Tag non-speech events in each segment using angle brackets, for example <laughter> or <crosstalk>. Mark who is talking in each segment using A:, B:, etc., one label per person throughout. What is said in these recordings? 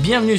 A: Bienvenue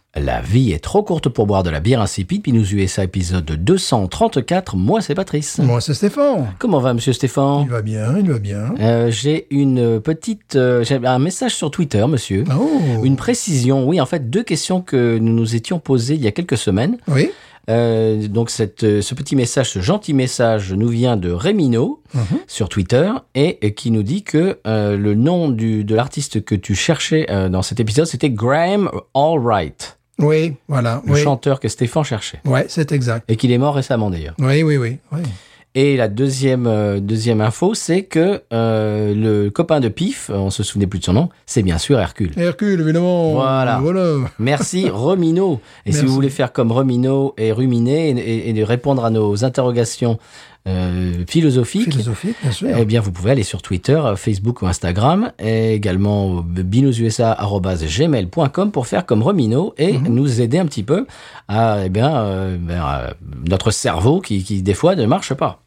A: La vie est trop courte pour boire de la bière insipide. Binous USA épisode 234. Moi, c'est Patrice.
B: Moi, c'est Stéphane.
A: Comment va, monsieur Stéphane
B: Il va bien, il va bien.
A: Euh, J'ai une petite, euh, j'ai un message sur Twitter, monsieur.
B: Oh.
A: Une précision, oui, en fait, deux questions que nous nous étions posées il y a quelques semaines.
B: Oui.
A: Euh, donc, cette, euh, ce petit message, ce gentil message, nous vient de Rémino
B: Mhm.
A: sur Twitter et, et qui nous dit que euh, le nom du, de l'artiste que tu cherchais euh, dans cet épisode, c'était Graham Allwright,
B: Oui, voilà.
A: le
B: Oui.
A: chanteur que Stéphane cherchait.
B: Ouais, c'est exact.
A: Et qu'il est mort récemment d'ailleurs.
B: Oui, oui, oui. oui.
A: Et la deuxième, euh, deuxième info, c'est que euh, le copain de Pif, euh, on se souvenait plus de son nom, c'est bien sûr Hercule.
B: Hercule, évidemment.
A: Voilà.
B: Voilà. <laughs>
A: Merci Romino. Et si
B: Merci.
A: vous voulez faire comme Romino et ruminer et, et- et de répondre à nos interrogations euh, philosophiques,
B: Philosophique, bien sûr.
A: eh bien, vous pouvez aller sur Twitter, euh, Facebook ou Instagram, et également euh, au binoususa.gmail.com pour faire comme Romino et nous aider un petit peu à eh bien, euh, ben, euh, notre cerveau qui, qui, des fois, ne marche pas.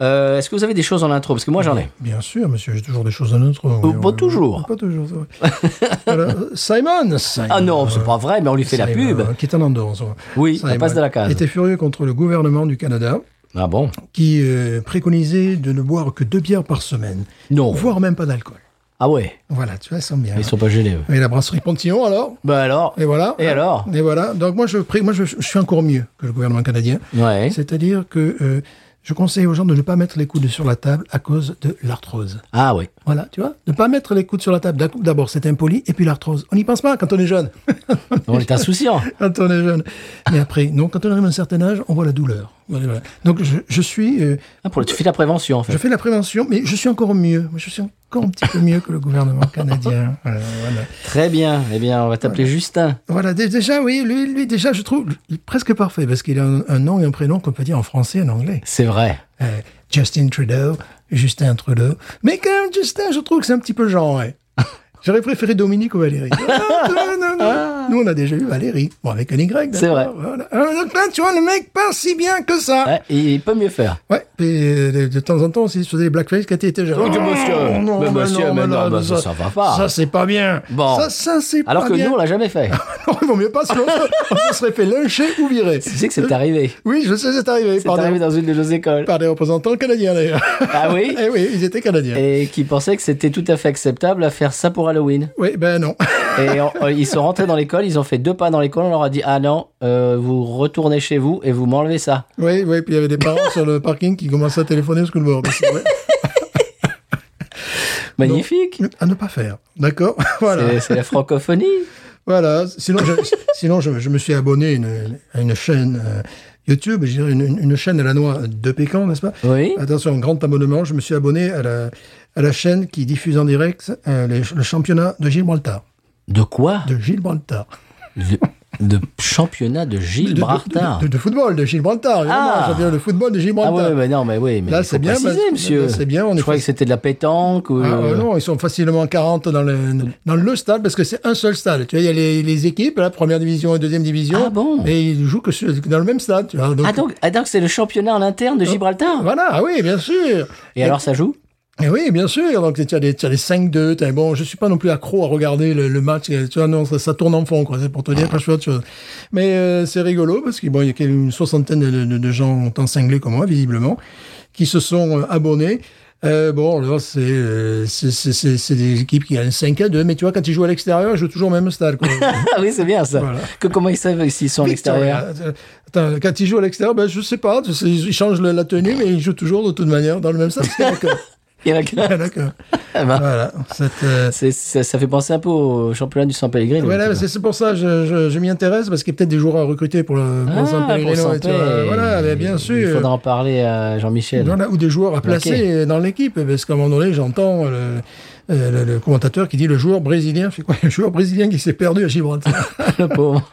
A: Euh, Est-ce que vous avez des choses en intro Parce que moi, j'en ai.
B: Bien sûr, monsieur, j'ai toujours des choses à notre.
A: Oh, pas toujours.
B: Pas toujours. c'est vrai. <laughs> Voilà, Simon, Simon.
A: Ah non, c'est pas vrai, mais on lui fait la
B: Simon,
A: pub.
B: euh, Qui est en endurance.
A: Oui, ça passe de la case.
B: était furieux contre le gouvernement du Canada
A: Ah bon
B: qui euh, préconisait de ne boire que deux bières par semaine,
A: Non.
B: voire même pas d'alcool.
A: Ah ouais
B: Voilà, tu vois, ça sent bien.
A: Ils sont pas gênés, eux.
B: Et la brasserie Pontillon, alors
A: Bah alors
B: Et voilà.
A: Et alors
B: Et voilà. Donc moi, je, pré- moi je, je suis encore mieux que le gouvernement canadien.
A: Ouais.
B: C'est-à-dire que euh, je conseille aux gens de ne pas mettre les coudes sur la table à cause de l'arthrose.
A: Ah oui.
B: Voilà, tu vois Ne pas mettre les coudes sur la table. D'ac- D'abord, c'est impoli, et puis l'arthrose. On n'y pense pas quand on est jeune. <laughs>
A: On est insouciant.
B: quand on est jeune. Mais après, non, quand on arrive à un certain âge, on voit la douleur. Voilà, voilà. Donc je, je suis... euh,
A: Ah, pour le- tu fais de la prévention, en fait.
B: je fais la prévention, mais je suis encore mieux. Moi, Je suis encore un petit peu mieux que le gouvernement
A: <laughs>
B: canadien. Voilà, voilà.
A: Très bien. Eh bien, on va t'appeler Justin.
B: Voilà, dé- déjà, oui, lui, lui, déjà, je trouve presque parfait, parce qu'il a un, un nom et un prénom qu'on peut dire en français et en anglais.
A: C'est vrai.
B: Euh, Justin Trudeau, Justin Trudeau. Mais quand même, Justin, je trouve que c'est un petit peu genré. <laughs> J'aurais préféré Dominique ou Valérie. Ah, non, non, non. Nous, on a déjà eu Valérie. Bon, avec un Y.
A: C'est
B: d'accord, voilà. Alors, donc là, tu vois, le mec, pas si bien que ça.
A: Ouais, il peut mieux faire.
B: Ouais, et euh, de, de temps en temps, s'il se faisait des blackface quand il était jeune.
A: Oh, monsieur,
B: Oh, non,
A: mais
B: bah
A: monsieur, mais
B: bah
A: non, bah ça, ça va pas.
B: Ça, c'est pas bien.
A: Bon.
B: Ça, ça, c'est pas
A: Alors que
B: bien.
A: nous, on l'a jamais
B: <laughs>
A: fait.
B: Non, il vaut mieux pas, sinon on se serait fait lyncher ou virer.
A: Tu sais que c'est arrivé.
B: Oui, je sais, c'est arrivé.
A: C'est
B: Par,
A: arrivé
B: des,
A: dans une de nos écoles.
B: par des représentants canadiens, d'ailleurs.
A: Ah oui
B: <laughs> Eh oui, ils étaient canadiens.
A: Et qui pensaient que c'était tout à fait acceptable à faire ça pour Halloween.
B: Oui, ben non. <laughs>
A: Et on- ils sont rentrés dans l'école, ils ont fait deux pas dans l'école, on leur a dit Ah non, euh, vous retournez chez vous et vous m'enlevez ça.
B: Oui, oui, puis il y avait des parents sur le parking qui commençaient à téléphoner au school board. C'est vrai.
A: Magnifique
B: À ne pas faire. D'accord <laughs> Voilà.
A: C'est- C'est la francophonie.
B: Voilà. Sinon, je, sinon je, je me suis abonné une- à une chaîne euh, YouTube, je dirais une, une- une chaîne à la noix de Pékin, n'est-ce pas
A: Oui.
B: Attention, grand abonnement. Je me suis abonné à la, à la chaîne qui diffuse en direct euh, les- le championnat de Gibraltar.
A: De quoi
B: De Gibraltar.
A: de, de championnat de Gilles
B: de,
A: Brartard.
B: de- de- de football, de Gibraltar. évidemment,
A: Ah.
B: je veux dire, le football de
A: Ah
B: Gibraltar.
A: ouais, mais non, mais oui, mais
B: Là,
A: faut
B: c'est bien,
A: préciser,
B: mais-
A: monsieur.
B: là, c'est bien, on est
A: Je croyais
B: faci-
A: que c'était de la pétanque ou.
B: Ah, euh, non, ils sont facilement 40 dans le, dans le stade parce que c'est un seul stade. Tu vois, il y a les, les équipes, la première division et deuxième division.
A: Ah bon
B: Et ils jouent que sur- dans le même stade. Tu vois, donc-
A: Ah donc, ah, donc c'est le championnat en interne de
B: Oh.
A: Gibraltar.
B: Voilà, ah oui, bien sûr.
A: Et alors ça joue
B: Et Eh oui, bien sûr. Donc, tu as des, tu as des 5-2. t'as- Bon, je suis pas non plus accro à regarder le, le match. Tu vois, non, ça, ça tourne en fond, quoi. C'est pour te dire, pas je fais autre chose. Mais euh, c'est rigolo parce qu'il bon, il y a une soixantaine de, de- de gens tant cinglés comme moi, visiblement, qui se sont euh, abonnés. Euh, bon, là, c'est euh, c'est- c'est- c'est- c'est des équipes qui gagnent 5 à 2. Mais tu vois, quand ils jouent à l'extérieur, ils jouent toujours au même stade, quoi.
A: <laughs> Ah oui, c'est bien ça.
B: Voilà.
A: Que comment ils savent s'ils sont à l'extérieur
B: Victoria. Attends, quand ils jouent à l'extérieur, ben, je sais pas. tu sais, Ils changent le- la tenue, mais ils jouent toujours de toute manière dans le même stade. D'accord.
A: Il y <laughs> en a
B: <laughs>
A: qu'un.
B: D'accord.
A: Ah ben,
B: Voilà. Cette, euh,
A: c'est- ça, ça fait penser un peu au championnat du San Pellegrino.
B: Voilà,
A: un petit peu.
B: c'est c'est pour ça que je, je, je m'y intéresse, parce qu'il y a peut-être des joueurs à recruter pour le pour
A: Ah,
B: San Pellegrino.
A: pour San
B: et tu vois,
A: Pellegrino.
B: voilà, mais bien
A: Il
B: sûr.
A: faudra en parler à Jean-Michel.
B: Voilà, ou des joueurs à placer
A: Blaquer.
B: dans l'équipe, parce qu'à un moment donné, j'entends euh, le,
A: <laughs>
B: euh, le- le commentateur qui dit le joueur brésilien, c'est quoi Le joueur brésilien qui s'est perdu à Gibraltar.
A: <laughs> Le pauvre.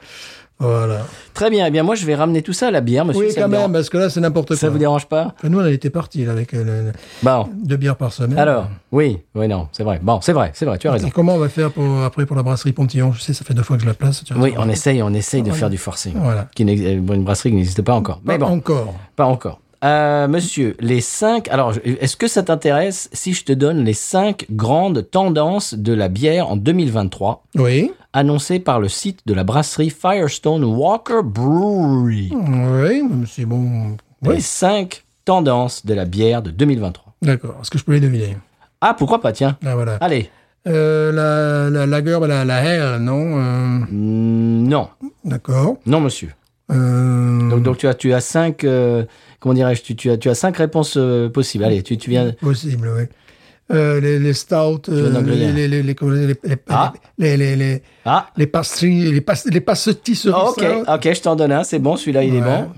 B: Voilà.
A: Très bien. Eh bien, moi, je vais ramener tout ça à la bière, monsieur.
B: Oui,
A: ça
B: quand
A: vous
B: même,
A: dérange-
B: parce que là, c'est n'importe quoi.
A: Ça vous dérange pas
B: Nous, on était partis, là, avec euh, le-
A: Bon.
B: deux bières par semaine.
A: Alors, oui, oui, non, c'est vrai. Bon, c'est vrai, c'est vrai, tu as raison.
B: Et comment on va faire pour, après pour la brasserie Pontillon Je sais, ça fait deux fois que je la place. tu vois.
A: Oui, on essaye, on essaye de faire du forcing.
B: Voilà. Bah,
A: Qui n'ex- euh, une brasserie qui n'existe pas encore. Mais
B: Pas
A: bon,
B: Encore.
A: pas encore. Euh, monsieur, les cinq. Alors, je- est-ce que ça t'intéresse si je te donne les cinq grandes tendances de la bière en 2023
B: Oui.
A: annoncées par le site de la brasserie Firestone Walker Brewery
B: Oui, mais c'est bon.
A: Les
B: Oui.
A: cinq tendances de la bière de 2023.
B: D'accord. Est-ce que je peux les deviner
A: Ah, pourquoi pas, tiens.
B: Ah, voilà.
A: Allez.
B: Euh, la, la lager, bah, la, la hair, non euh,
A: Mm, Non,
B: D'accord.
A: non, monsieur.
B: Euh,
A: Donc, donc tu as tu as cinq euh, comment dirais-je tu, tu as tu as cinq réponses euh, possibles. Allez, tu, tu viens
B: Possible, oui. Euh, les, les stouts, euh,
A: John Angleterre.
B: les, les, les, les, comment dire, les, les,
A: Ah.
B: les, les, les,
A: Ah,
B: les pastries, les, pas, les passetis sur
A: ah, OK, OK, je t'en donne un, c'est bon, celui-là il est
B: Ouais.
A: bon,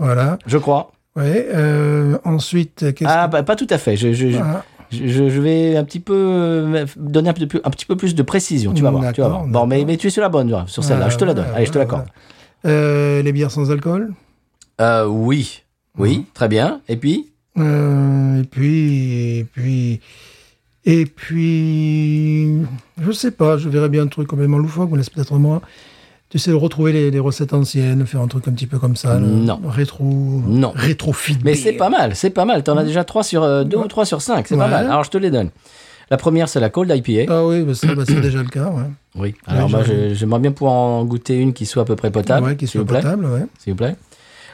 B: Voilà.
A: je crois.
B: Ouais. Euh, ensuite, qu'est-ce
A: Ah bah, pas tout à fait. Je je, je-
B: Ah.
A: je- je vais un petit peu euh, donner un petit peu un petit peu plus de précision, tu vas voir, tu vas voir.
B: D'accord,
A: Bon, mais
B: d'accord.
A: mais tu es sur la bonne voilà, sur celle-là,
B: Ah,
A: je te la donne.
B: voilà,
A: Allez, je te
B: voilà,
A: l'accorde.
B: Euh, les bières sans alcool.
A: Euh oui.
B: Mmh.
A: Oui, très bien. Et puis
B: Euh, et puis, et puis, et puis, je sais pas, je verrais bien un truc complètement loufoque, mais c'est peut-être moi. Tu sais, retrouver les, les recettes anciennes, faire un truc un petit peu comme ça. là.
A: Non.
B: Rétro.
A: Non.
B: Rétrofit.
A: mais c'est pas mal, c'est pas mal. T'en as déjà trois sur euh, deux ou trois sur cinq, c'est pas
B: Mmh. Ouais.
A: mal. Alors je te les donne. La première c'est la cold IPA.
B: Ah oui, bah ça, bah, c'est déjà le cas, ouais.
A: Oui. Alors
B: Ouais,
A: moi
B: j'en ai.
A: je- j'aimerais bien pouvoir en goûter une qui soit à peu près potable,
B: ouais, qui
A: s'il
B: soit
A: vous plaît.
B: potable, ouais.
A: s'il vous plaît.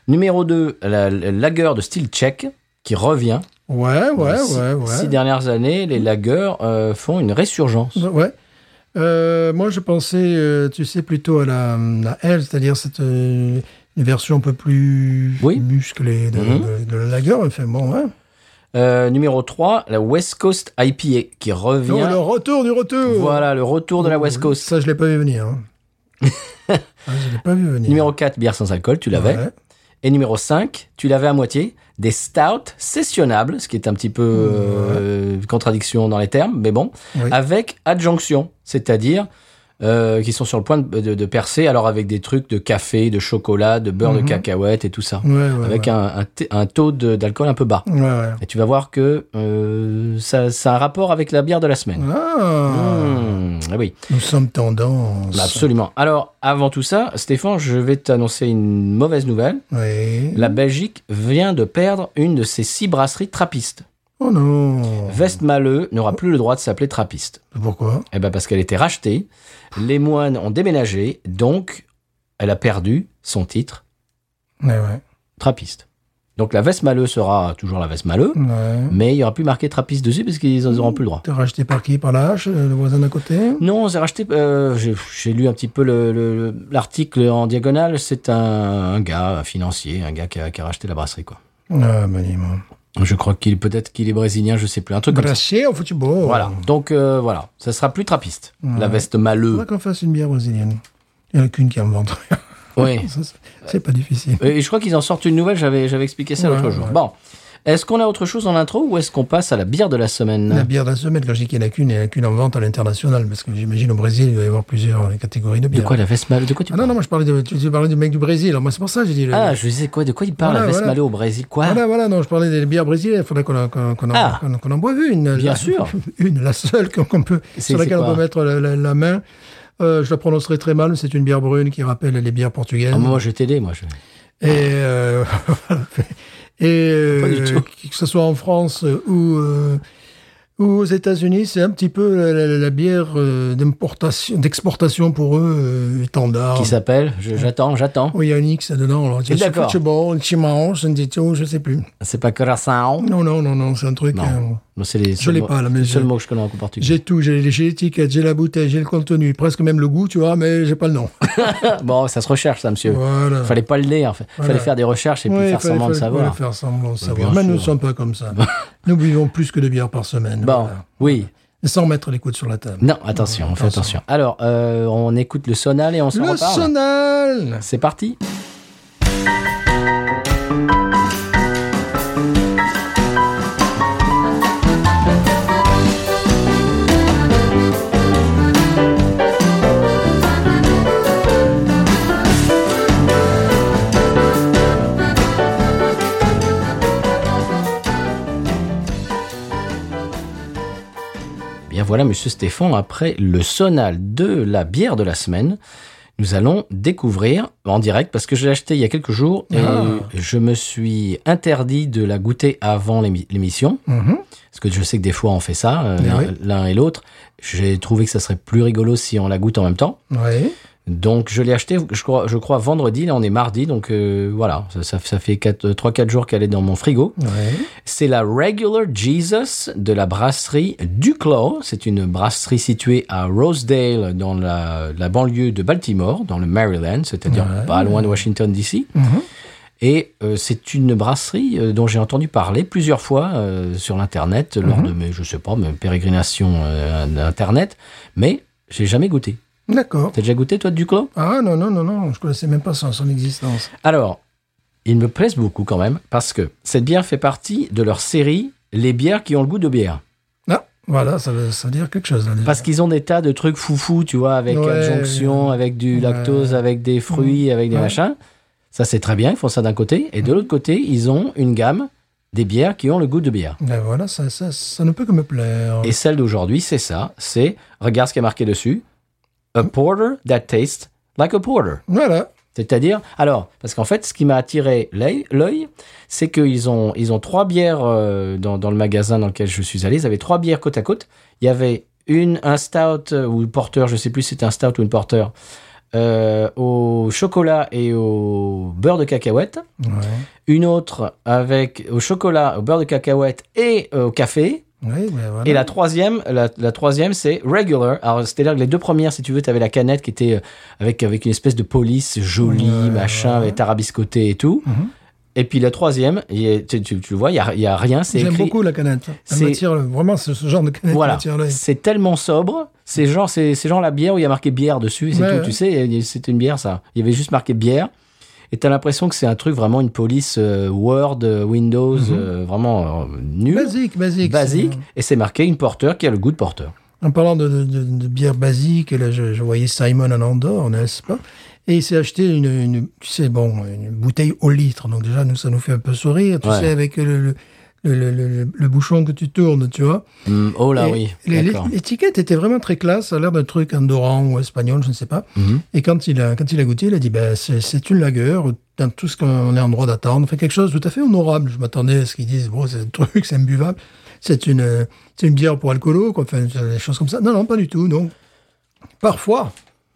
A: Numéro 2, la, la lager de style tchèque qui revient.
B: Ouais, ouais,
A: Ces-
B: ouais,
A: Ces
B: ouais.
A: dernières années, les lagers euh, font une résurgence.
B: Ouais. Euh, moi, je pensais, euh, tu sais, plutôt à la, la L, c'est-à-dire cette euh, une version un peu plus
A: Oui.
B: musclée de,
A: Mhm.
B: de- de la lager. Enfin, bon, hein. ouais.
A: Euh, numéro 3, la West Coast IPA qui revient.
B: Donc, le retour du retour.
A: Voilà, le retour de la West Coast.
B: oh. Ça, je l'ai pas vu
A: <laughs>
B: venir. hein. Ah, je l'ai pas vu venir.
A: Numéro 4, bière sans alcool, tu l'avais.
B: Ouais.
A: Et numéro 5, tu l'avais à moitié, des stouts sessionnables, ce qui est un petit peu euh, contradiction dans les termes, mais bon,
B: Oui.
A: avec adjonction, c'est-à-dire euh, qui sont sur le point de, de- de percer, alors avec des trucs de café, de chocolat, de beurre de cacahuète et tout ça,
B: Mhm. Ouais, ouais,
A: avec
B: ouais.
A: un, un t- un taux de- d'alcool un peu bas.
B: Ouais, ouais.
A: Et tu vas voir que euh, ça, ça a un rapport avec la bière de la semaine.
B: Ah,
A: Mmh, ah oui.
B: nous sommes tendance.
A: Absolument. Alors, avant tout ça, Stéphane, je vais t'annoncer une mauvaise
B: Mmh.
A: nouvelle.
B: Oui.
A: La Belgique vient de perdre une de ses six brasseries trappistes.
B: Oh non.
A: Vestmaleux n'aura plus le droit de s'appeler trappiste.
B: Pourquoi
A: Eh ben parce qu'elle était rachetée, les moines ont déménagé, donc elle a perdu son titre
B: Ouais, ouais.
A: trappiste. Donc la Vestmaleux sera toujours la Vestmaleux,
B: Mmh. ouais.
A: mais il n'y aura plus marqué trappiste dessus parce qu'ils n'auront plus le droit.
B: T'es racheté par qui Par la hache, euh, le voisin d'à côté
A: Non, j'ai racheté. euh, j'ai- j'ai lu un petit peu le- le- l'article en diagonale. C'est un, un gars, un financier, un gars qui a, qui a racheté la brasserie, quoi.
B: Ah, ben dis-moi.
A: Je crois qu'il peut-être qu'il est brésilien, je sais plus, un truc comme ça.
B: Brassier au football.
A: Voilà. Donc euh, voilà, ça sera plus trappiste. La
B: Ouais.
A: veste
B: Il
A: maleux.
B: faudrait qu'on fasse une bière brésilienne. Il n'y en a qu'une qui en vend.
A: Oui.
B: <laughs> Ça, c'est- c'est pas difficile.
A: Et je crois qu'ils en sortent une nouvelle. J'avais j'avais expliqué ça
B: Ouais,
A: l'autre jour.
B: ouais.
A: Bon, est-ce qu'on a autre chose en intro ou est-ce qu'on passe à la bière de la semaine
B: La bière de la semaine, logique, il n'y en a qu'une, il n'y en a qu'une en vente à l'international, parce que j'imagine au Brésil, il va y avoir plusieurs euh, catégories de
A: De
B: bières.
A: quoi la veste maleux De quoi tu
B: ah non,
A: parles
B: non, moi je parlais, de, tu, tu parlais du mec du Brésil, alors moi c'est pour ça que j'ai dit. le-
A: Ah, je disais quoi De quoi il parle
B: Voilà,
A: la veste
B: voilà.
A: maleux au Brésil Quoi
B: voilà, voilà, non, je parlais des bières brésiliennes, il faudrait qu'on en- qu'on qu'on en,
A: Ah.
B: qu'on- qu'on en boive une.
A: Bien
B: la-
A: sûr.
B: <laughs> Une, la seule qu'on qu'on peut,
A: C'est-
B: sur
A: c'est
B: laquelle on
A: quoi
B: peut mettre la, la- la main. Euh, je la prononcerai très mal, mais c'est une bière brune qui rappelle les bières portugaises.
A: Ah, Moi, je vais t'aider. Moi, je.
B: Et, euh, <laughs> et
A: Pas du
B: euh,
A: tout.
B: que ce soit en France euh, ou, euh, ou aux États-Unis, c'est un petit peu la, la- la bière euh, d'importation, d'exportation pour eux euh, étendard.
A: Qui s'appelle Je- J'attends, j'attends.
B: Oui, il y a un X dedans. Alors, c'est
A: d'accord.
B: football, chimarron, sandito, je sais plus.
A: C'est pas Curaçao.
B: Non, non, non, non, c'est un truc.
A: Non.
B: euh,
A: Non, c'est les
B: Je
A: seuls
B: l'ai
A: mots-
B: pas, là, mais
A: les seuls
B: je-
A: mots que je connais en portugais.
B: j'ai tout, j'ai les- j'ai l'étiquette, j'ai la bouteille, j'ai le contenu, presque même le goût, tu vois, mais j'ai pas le nom.
A: Ah, bon, ça se recherche, ça, monsieur.
B: Voilà.
A: Fallait pas le lire. fa-
B: Voilà.
A: Fallait faire des recherches et puis
B: Ouais,
A: faire
B: fallait-
A: semblant de
B: fallait- voilà,
A: savoir. Bah,
B: faire semblant de
A: bien
B: savoir. Mais nous ne
A: sûr.
B: sommes pas
A: <laughs>
B: comme ça. nous buvons plus que deux bières par semaine.
A: Bon,
B: voilà.
A: oui.
B: Et Sans mettre les coudes sur la table.
A: Non, attention, on fait attention. Alors, euh, on écoute le sonal et on s'en
B: Le
A: reparle.
B: sonal
A: C'est parti. là, Monsieur Stéphane, après le sonal de la bière de la semaine, nous allons découvrir en direct, parce que je l'ai acheté il y a quelques jours, et
B: Ah.
A: je me suis interdit de la goûter avant l'émi- l'émission,
B: Mhm.
A: parce que je sais que des fois on fait ça, euh,
B: Eh
A: l'un-
B: oui.
A: l'un et l'autre. J'ai trouvé que ça serait plus rigolo si on la goûte en même temps.
B: Ouais.
A: Donc je l'ai acheté, je crois, je crois vendredi, là on est mardi, donc euh, voilà, ça, ça- ça fait 3-4 jours qu'elle est dans mon frigo.
B: Ouais.
A: C'est la Regular Jesus de la brasserie Duclos, c'est une brasserie située à Rosedale dans la, la banlieue de Baltimore, dans le Maryland, c'est-à-dire
B: Ouais.
A: pas loin de Washington DC.
B: Mhm.
A: Et euh, c'est une brasserie euh, dont j'ai entendu parler plusieurs fois euh, sur l'internet lors de mes, je sais pas, mes pérégrinations euh, d'internet, mais j'ai jamais goûté.
B: D'accord.
A: T'as déjà goûté toi de Duclos
B: Ah non, non, non, non, je connaissais même pas son, son existence.
A: Alors, ils me plaisent beaucoup quand même, parce que cette bière fait partie de leur série Les bières qui ont le goût de bière.
B: Ah, voilà, ça veut, ça veut dire quelque chose. Là, déjà.
A: Parce qu'ils ont des tas de trucs foufous, tu vois, avec
B: Ouais.
A: adjonction, avec du
B: Ouais. Mm.
A: lactose, avec des fruits, avec des
B: Ouais. Mm.
A: machins. Ça, c'est très bien, ils font ça d'un côté. Et de l'autre côté, ils ont une gamme des bières qui ont le goût de bière.
B: Ben voilà, ça, ça, ça ne peut que me plaire.
A: Et celle d'aujourd'hui, c'est ça. C'est, regarde ce qui est marqué dessus, A
B: Mm.
A: porter that tastes like a porter.
B: Voilà.
A: C'est-à-dire, alors, parce qu'en fait, ce qui m'a attiré l'œil, l'œil, c'est qu'ils ont, ils ont trois bières euh, dans, dans le magasin dans lequel je suis allé. Ils avaient trois bières côte à côte. Il y avait une, un stout euh, ou une porter, je sais plus si c'était un stout ou une porter, euh, au chocolat et au beurre de cacahuète.
B: Ouais.
A: Une autre avec au chocolat, au beurre de cacahuète et euh, au café.
B: Oui, ben voilà.
A: Et la troisième, la, la troisième, c'est regular. Alors, c'est-à-dire que les deux premières, si tu veux, tu avais la canette qui était euh, avec, avec une espèce de police jolie,
B: Ouais,
A: machin,
B: ouais.
A: avec tarabiscoté et tout.
B: Mhm.
A: Et puis la troisième, il est- tu, tu- tu le vois, il n'y a, il y a rien, c'est
B: J'aime
A: écrit.
B: beaucoup la canette. Elle
A: c'est-
B: m'attire, vraiment, ce, ce genre de canette
A: Voilà,
B: m'attire l'œil.
A: c'est tellement sobre, c'est genre, c'est, c'est genre la bière où il y a marqué bière dessus, et c'est
B: Ouais,
A: tout,
B: ouais.
A: tu sais, et c'était une bière ça. Il y avait juste marqué bière, et t'as l'impression que c'est un truc vraiment une police euh, Word, euh, Windows, euh, vraiment euh, nulle,
B: Mhm. Basique, basique.
A: basique,
B: c'est-
A: et c'est marqué une porteur qui a le goût de porteur.
B: En parlant de, de, de- de bière basique, là, je, je voyais Simon en Andorre, n'est-ce pas Et il s'est acheté une, une- tu sais, bon, une bouteille au litre. Donc déjà, nous, ça nous fait un peu sourire, tu
A: Ouais.
B: sais, avec le, le, le- le- le- le bouchon que tu tournes, tu vois.
A: Hmm, oh là
B: Et
A: oui,
B: les- les-
A: d'accord.
B: L'étiquette était vraiment très classe, ça a l'air d'un truc andoran ou espagnol, je ne sais pas.
A: Mhm.
B: Et quand il a, quand il a goûté, il a dit, ben, c'est c'est une lagueur, dans tout ce qu'on est en droit d'attendre. Fait quelque chose de tout à fait honorable. Je m'attendais à ce qu'ils disent, bon, c'est un truc, c'est imbuvable. C'est une, euh, c'est une bière pour alcoolo, quoi. Enfin, des choses comme ça. Non, non, pas du tout, non. Parfois,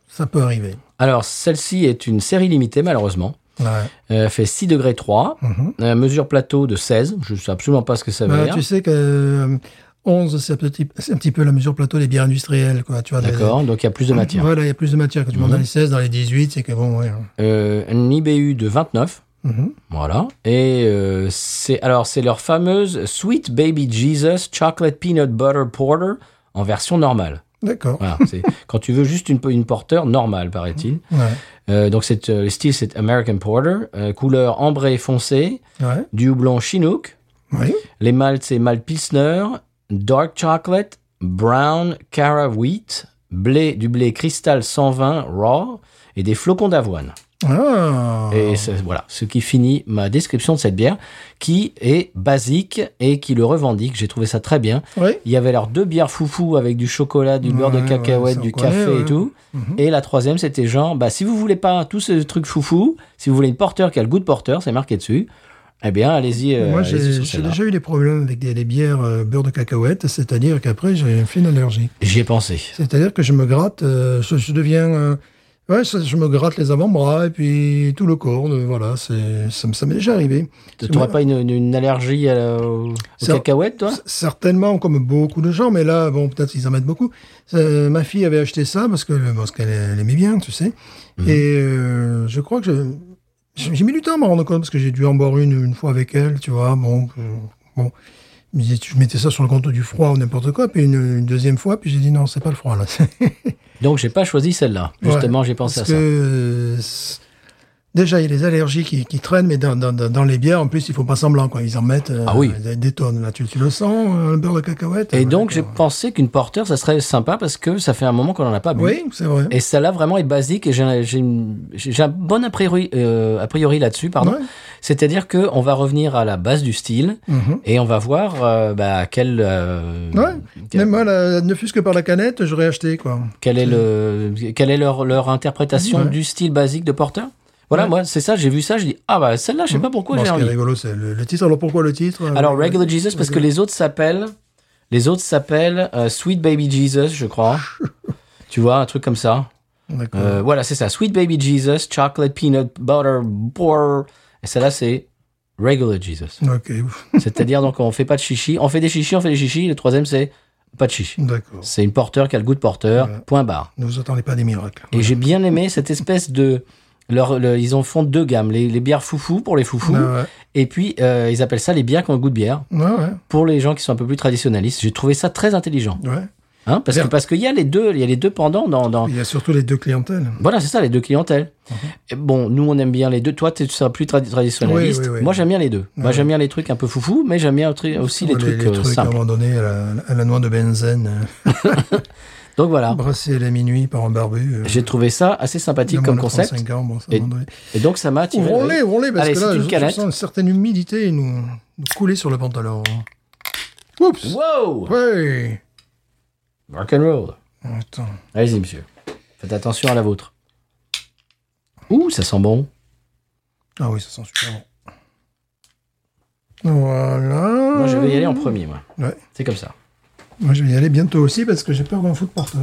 B: ça peut arriver.
A: Alors, celle-ci est une série limitée, malheureusement.
B: Ouais.
A: Euh, Elle fait 6 degrés 3,
B: Mhm.
A: euh, mesure plateau de 16, je sais absolument pas ce que ça veut
B: Ben,
A: dire.
B: tu sais que euh, 11, c'est un, petit- c'est un petit peu la mesure plateau des bières industrielles, quoi. Tu vois, des-
A: D'accord, donc il y a plus de matière. Mhm.
B: Voilà, il y a plus de matière. Quand tu montes dans les 16, dans les 18, c'est que bon, ouais.
A: Euh, un IBU de 29,
B: Mhm.
A: voilà. Et euh, c'est alors c'est leur fameuse Sweet Baby Jesus Chocolate Peanut Butter Porter en version normale.
B: D'accord. <laughs>
A: Voilà, c'est quand tu veux juste une, une porteur normale, paraît-il.
B: Ouais.
A: Euh, donc c'est, euh, le style c'est American Porter, euh, couleur ambrée foncée,
B: Ouais.
A: du houblon Chinook,
B: Oui.
A: Les maltes, c'est malt pilsner, dark chocolate, brown cara wheat, blé, du blé cristal 120 raw et des flocons d'avoine.
B: Ah.
A: Et c'est- voilà, ce qui finit ma description de cette bière, qui est basique et qui le revendique. J'ai trouvé ça très bien.
B: Oui.
A: Il y avait alors deux bières foufou avec du chocolat, du beurre de
B: Ouais, ouais,
A: cacahuète,
B: ça, on
A: du
B: connaît,
A: café
B: ouais.
A: et tout.
B: Mhm.
A: Et la troisième, c'était genre, bah, si vous voulez pas tout ce truc foufou, si vous voulez une porteur qui a le goût de porteur, c'est marqué dessus, eh bien, allez-y. euh,
B: Moi,
A: allez-y
B: j'ai
A: sur
B: j'ai
A: celle-là.
B: déjà eu des problèmes avec des, des bières euh, beurre de cacahuète, c'est-à-dire qu'après, j'ai fait une allergie.
A: J'y ai pensé.
B: C'est-à-dire que je me gratte, euh, je, je deviens. euh, ouais, ça- je me gratte les avant-bras et puis tout le corps. euh, voilà, c'est- ça, me- ça m'est déjà arrivé.
A: Tu n'aurais pas une, une- une allergie à la- aux aux
B: Ça-
A: cacahuètes, toi
B: C- Certainement, comme beaucoup de gens, mais là, bon, peut-être qu'ils en mettent beaucoup. Euh, ma fille avait acheté ça parce que parce qu'elle elle aimait bien, tu sais.
A: Mhm.
B: Et euh, je crois que je- j'ai j'ai mis du temps à m'en rendre compte parce que j'ai dû en boire une une fois avec elle, tu vois. Bon, que- bon. Mais Je mettais ça sur le compte du froid ou n'importe quoi, puis une, une deuxième fois, puis j'ai dit non, c'est pas le froid là.
A: Donc, j'ai pas choisi celle-là. Justement,
B: Ouais,
A: j'ai pensé à
B: parce
A: ça.
B: que, euh, c'est- déjà, il y a les allergies qui, qui traînent, mais dans, dans, dans- dans les bières, en plus, ils font pas semblant. Quoi. Ils en mettent euh,
A: Ah oui.
B: des, des tonnes. Là, tu, tu le sens, euh, le beurre de cacahuète
A: Et
B: Ouais,
A: donc, j'ai
B: d'accord.
A: pensé qu'une porteur, ça serait sympa parce que ça fait un moment qu'on n'en a pas bu.
B: Oui, c'est vrai.
A: Ah Et celle-là, vraiment, est basique et j'ai j'ai une- j'ai- j'ai un bon a priori, euh, a priori là-dessus, pardon.
B: Ouais.
A: C'est-à-dire que on va revenir à la base du style
B: Mhm.
A: et on va voir euh, bah, quel, euh,
B: Ouais.
A: quel,
B: Même moi, la- ne fût-ce que par la canette, j'aurais acheté, quoi.
A: quel est le quelle est leur, leur interprétation
B: Ouais.
A: du style basique de Porter. Voilà,
B: Ouais.
A: moi c'est ça, j'ai vu ça, je dis ah bah celle-là, je sais pas pourquoi
B: Bon,
A: j'ai
B: ce qui est
A: envie.
B: rigolo, c'est le, le titre. Alors, pourquoi le titre euh,
A: Alors Regular Jesus parce que les autres s'appellent les autres s'appellent euh, Sweet Baby Jesus, je crois. tu vois, un truc comme ça.
B: D'accord.
A: Euh, voilà, c'est ça. Sweet Baby Jesus, Chocolate Peanut Butter Boar. Et celle-là, c'est Regular
B: <laughs>
A: Jesus.
B: Ok, ouf.
A: C'est-à-dire, donc, on fait pas de chichi. On fait des chichis, on fait des chichis. Le troisième, c'est pas de chichi.
B: d'accord.
A: C'est une porteur qui a le goût de porteur,
B: Voilà.
A: point barre.
B: Ne vous attendez pas à des miracles.
A: Et j'ai bien aimé cette espèce de. Leur, le- ils en font deux gammes. Les, les bières foufou pour les foufous.
B: Ah
A: Et puis, euh, ils appellent ça les bières qui ont le goût de bière.
B: ouais. Ouais, ouais.
A: Pour les gens qui sont un peu plus traditionnalistes, j'ai trouvé ça très intelligent.
B: ouais.
A: Hein, parce que-
B: Bien.
A: parce qu'il y a les deux, il y a les deux pendants dans, dans,
B: Il y a surtout les deux clientèles.
A: Voilà, c'est ça, les deux clientèles.
B: Mhm.
A: Et bon, nous, on aime bien les deux. Toi, tu seras plus tradi- traditionnaliste.
B: Oui, oui, oui.
A: Moi, j'aime bien les deux. Moi,
B: Ouais.
A: j'aime bien les trucs un peu foufou, mais j'aime bien tru- aussi les,
B: Ouais,
A: trucs, euh,
B: à un
A: simples.
B: moment donné, à la, à la noix de benzène,
A: Donc voilà,
B: brassée à la minuit par un barbu. euh,
A: j'ai trouvé ça assez
B: de
A: sympathique
B: moins
A: comme
B: de
A: concept.
B: 35 ans, bon, ça, à
A: Et-
B: un moment donné.
A: Et donc, ça m'a attiré.
B: Ouvrons-les,
A: l'œil.
B: ouvrons-les, parce
A: Allez,
B: que
A: c'est
B: là,
A: une
B: je, je
A: canette.
B: sens une certaine humidité nous, nous couler sur le pantalon. Oups
A: Wow
B: Ouais
A: Rock'n'roll.
B: Attends.
A: Allez-y, monsieur. Faites attention à la vôtre. Ouh, ça sent bon.
B: Ah oui, ça sent super bon. Voilà.
A: Moi, je vais y aller en premier, moi.
B: Ouais.
A: C'est comme ça.
B: Moi, je vais y aller bientôt aussi, parce que j'ai peur d'en foutre partout.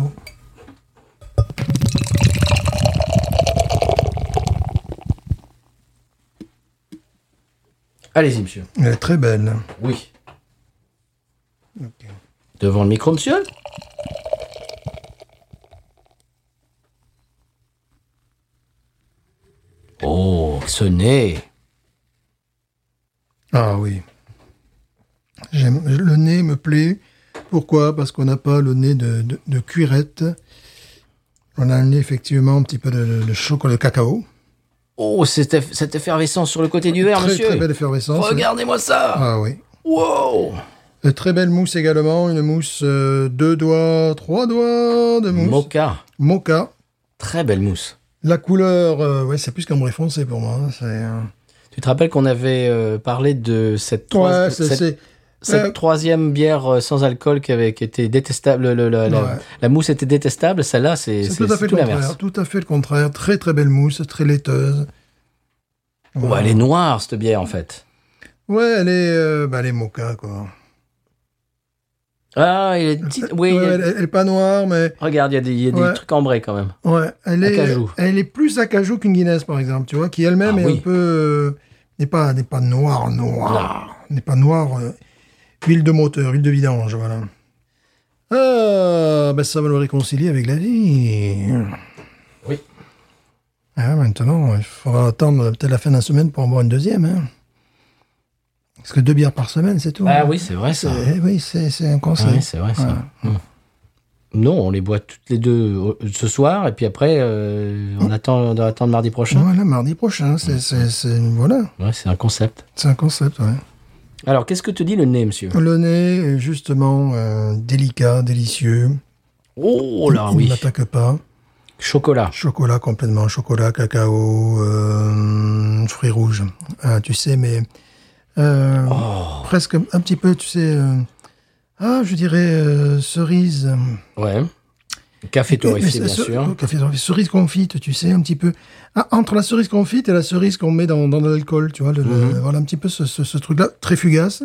A: Allez-y, monsieur.
B: Elle est très belle.
A: Oui. Devant le micro, monsieur Oh, ce nez
B: Ah oui. J'aime, le nez me plaît. Pourquoi Parce qu'on n'a pas le nez de, de, de cuirette. On a le nez effectivement un petit peu de, de- de chocolat de cacao.
A: Oh, cette, eff- cette effervescence sur le côté du verre,
B: très
A: monsieur
B: très belle effervescence.
A: Regardez-moi ça
B: Ah oui.
A: Wow
B: Euh, très belle mousse également. Une mousse euh, deux doigts, trois doigts de mousse.
A: Mocha,
B: Mocha.
A: très belle mousse.
B: La couleur, euh, ouais, c'est plus cambré foncé pour moi. hein. C'est, euh,
A: Tu te rappelles qu'on avait euh, parlé de cette, troi-
B: ouais, c'est,
A: cette,
B: c'est-
A: cette
B: euh,
A: troisième bière euh, sans alcool qui, avait, qui était détestable, le- le- la,
B: Ouais.
A: la mousse était détestable, celle-là c'est
B: c'est
A: c'est-
B: tout à
A: c'est
B: fait
A: tout
B: le
A: l'inverse.
B: contraire. Tout à fait le contraire. Très très belle mousse, très laiteuse.
A: Oh, elle est noire, cette bière, en fait.
B: Ouais, elle est, euh, bah, elle est mocha, quoi.
A: Ah, il est petite. Oui, il
B: Ouais,
A: y a-
B: elle, elle est pas noire, mais
A: regarde, il y a des, il y a des
B: Ouais.
A: trucs ambrés quand même.
B: ouais, elle est,
A: Acajou.
B: elle est plus acajou qu'une Guinness, par exemple, tu vois, qui elle-même
A: Ah
B: est
A: oui.
B: un peu, euh, n'est pas, n'est pas noire, noire, n'est pas noire, euh, huile de moteur, huile de vidange, voilà. Ah, ben ça va le réconcilier avec la vie.
A: Oui.
B: Ah, maintenant, il faudra attendre peut-être la fin de la semaine pour en boire une deuxième, hein. Parce que deux bières par semaine, c'est tout.
A: Ah
B: hein.
A: oui, c'est vrai ça.
B: C'est- oui, c'est c'est un
A: Ah
B: conseil.
A: oui, c'est vrai ça. Mm. Non, on les boit toutes les deux euh, ce soir et puis après, euh, on, attend, on doit attendre mardi prochain.
B: Voilà, mardi prochain, c'est, c'est, c'est- voilà,
A: Ouais, c'est un concept.
B: c'est un concept, ouais.
A: Alors, qu'est-ce que te dit le nez, monsieur
B: Le nez, est justement, euh, délicat, délicieux.
A: Oh là,
B: Il ne
A: oui.
B: m'attaque pas.
A: Chocolat.
B: Chocolat complètement, chocolat, cacao, euh, fruits rouges. Ah, tu sais, mais euh,
A: Oh.
B: presque un petit peu, tu sais, euh, ah, je dirais euh, cerise.
A: Ouais. Café torréfié,
B: Mais euh,
A: bien
B: ce-
A: sûr.
B: café torréfié, cerise confite, tu sais, un petit peu. Ah, entre la cerise confite et la cerise qu'on met dans, dans de l'alcool, tu vois. le- le-
A: Mhm.
B: voilà un petit peu ce, ce- ce truc-là, très fugace.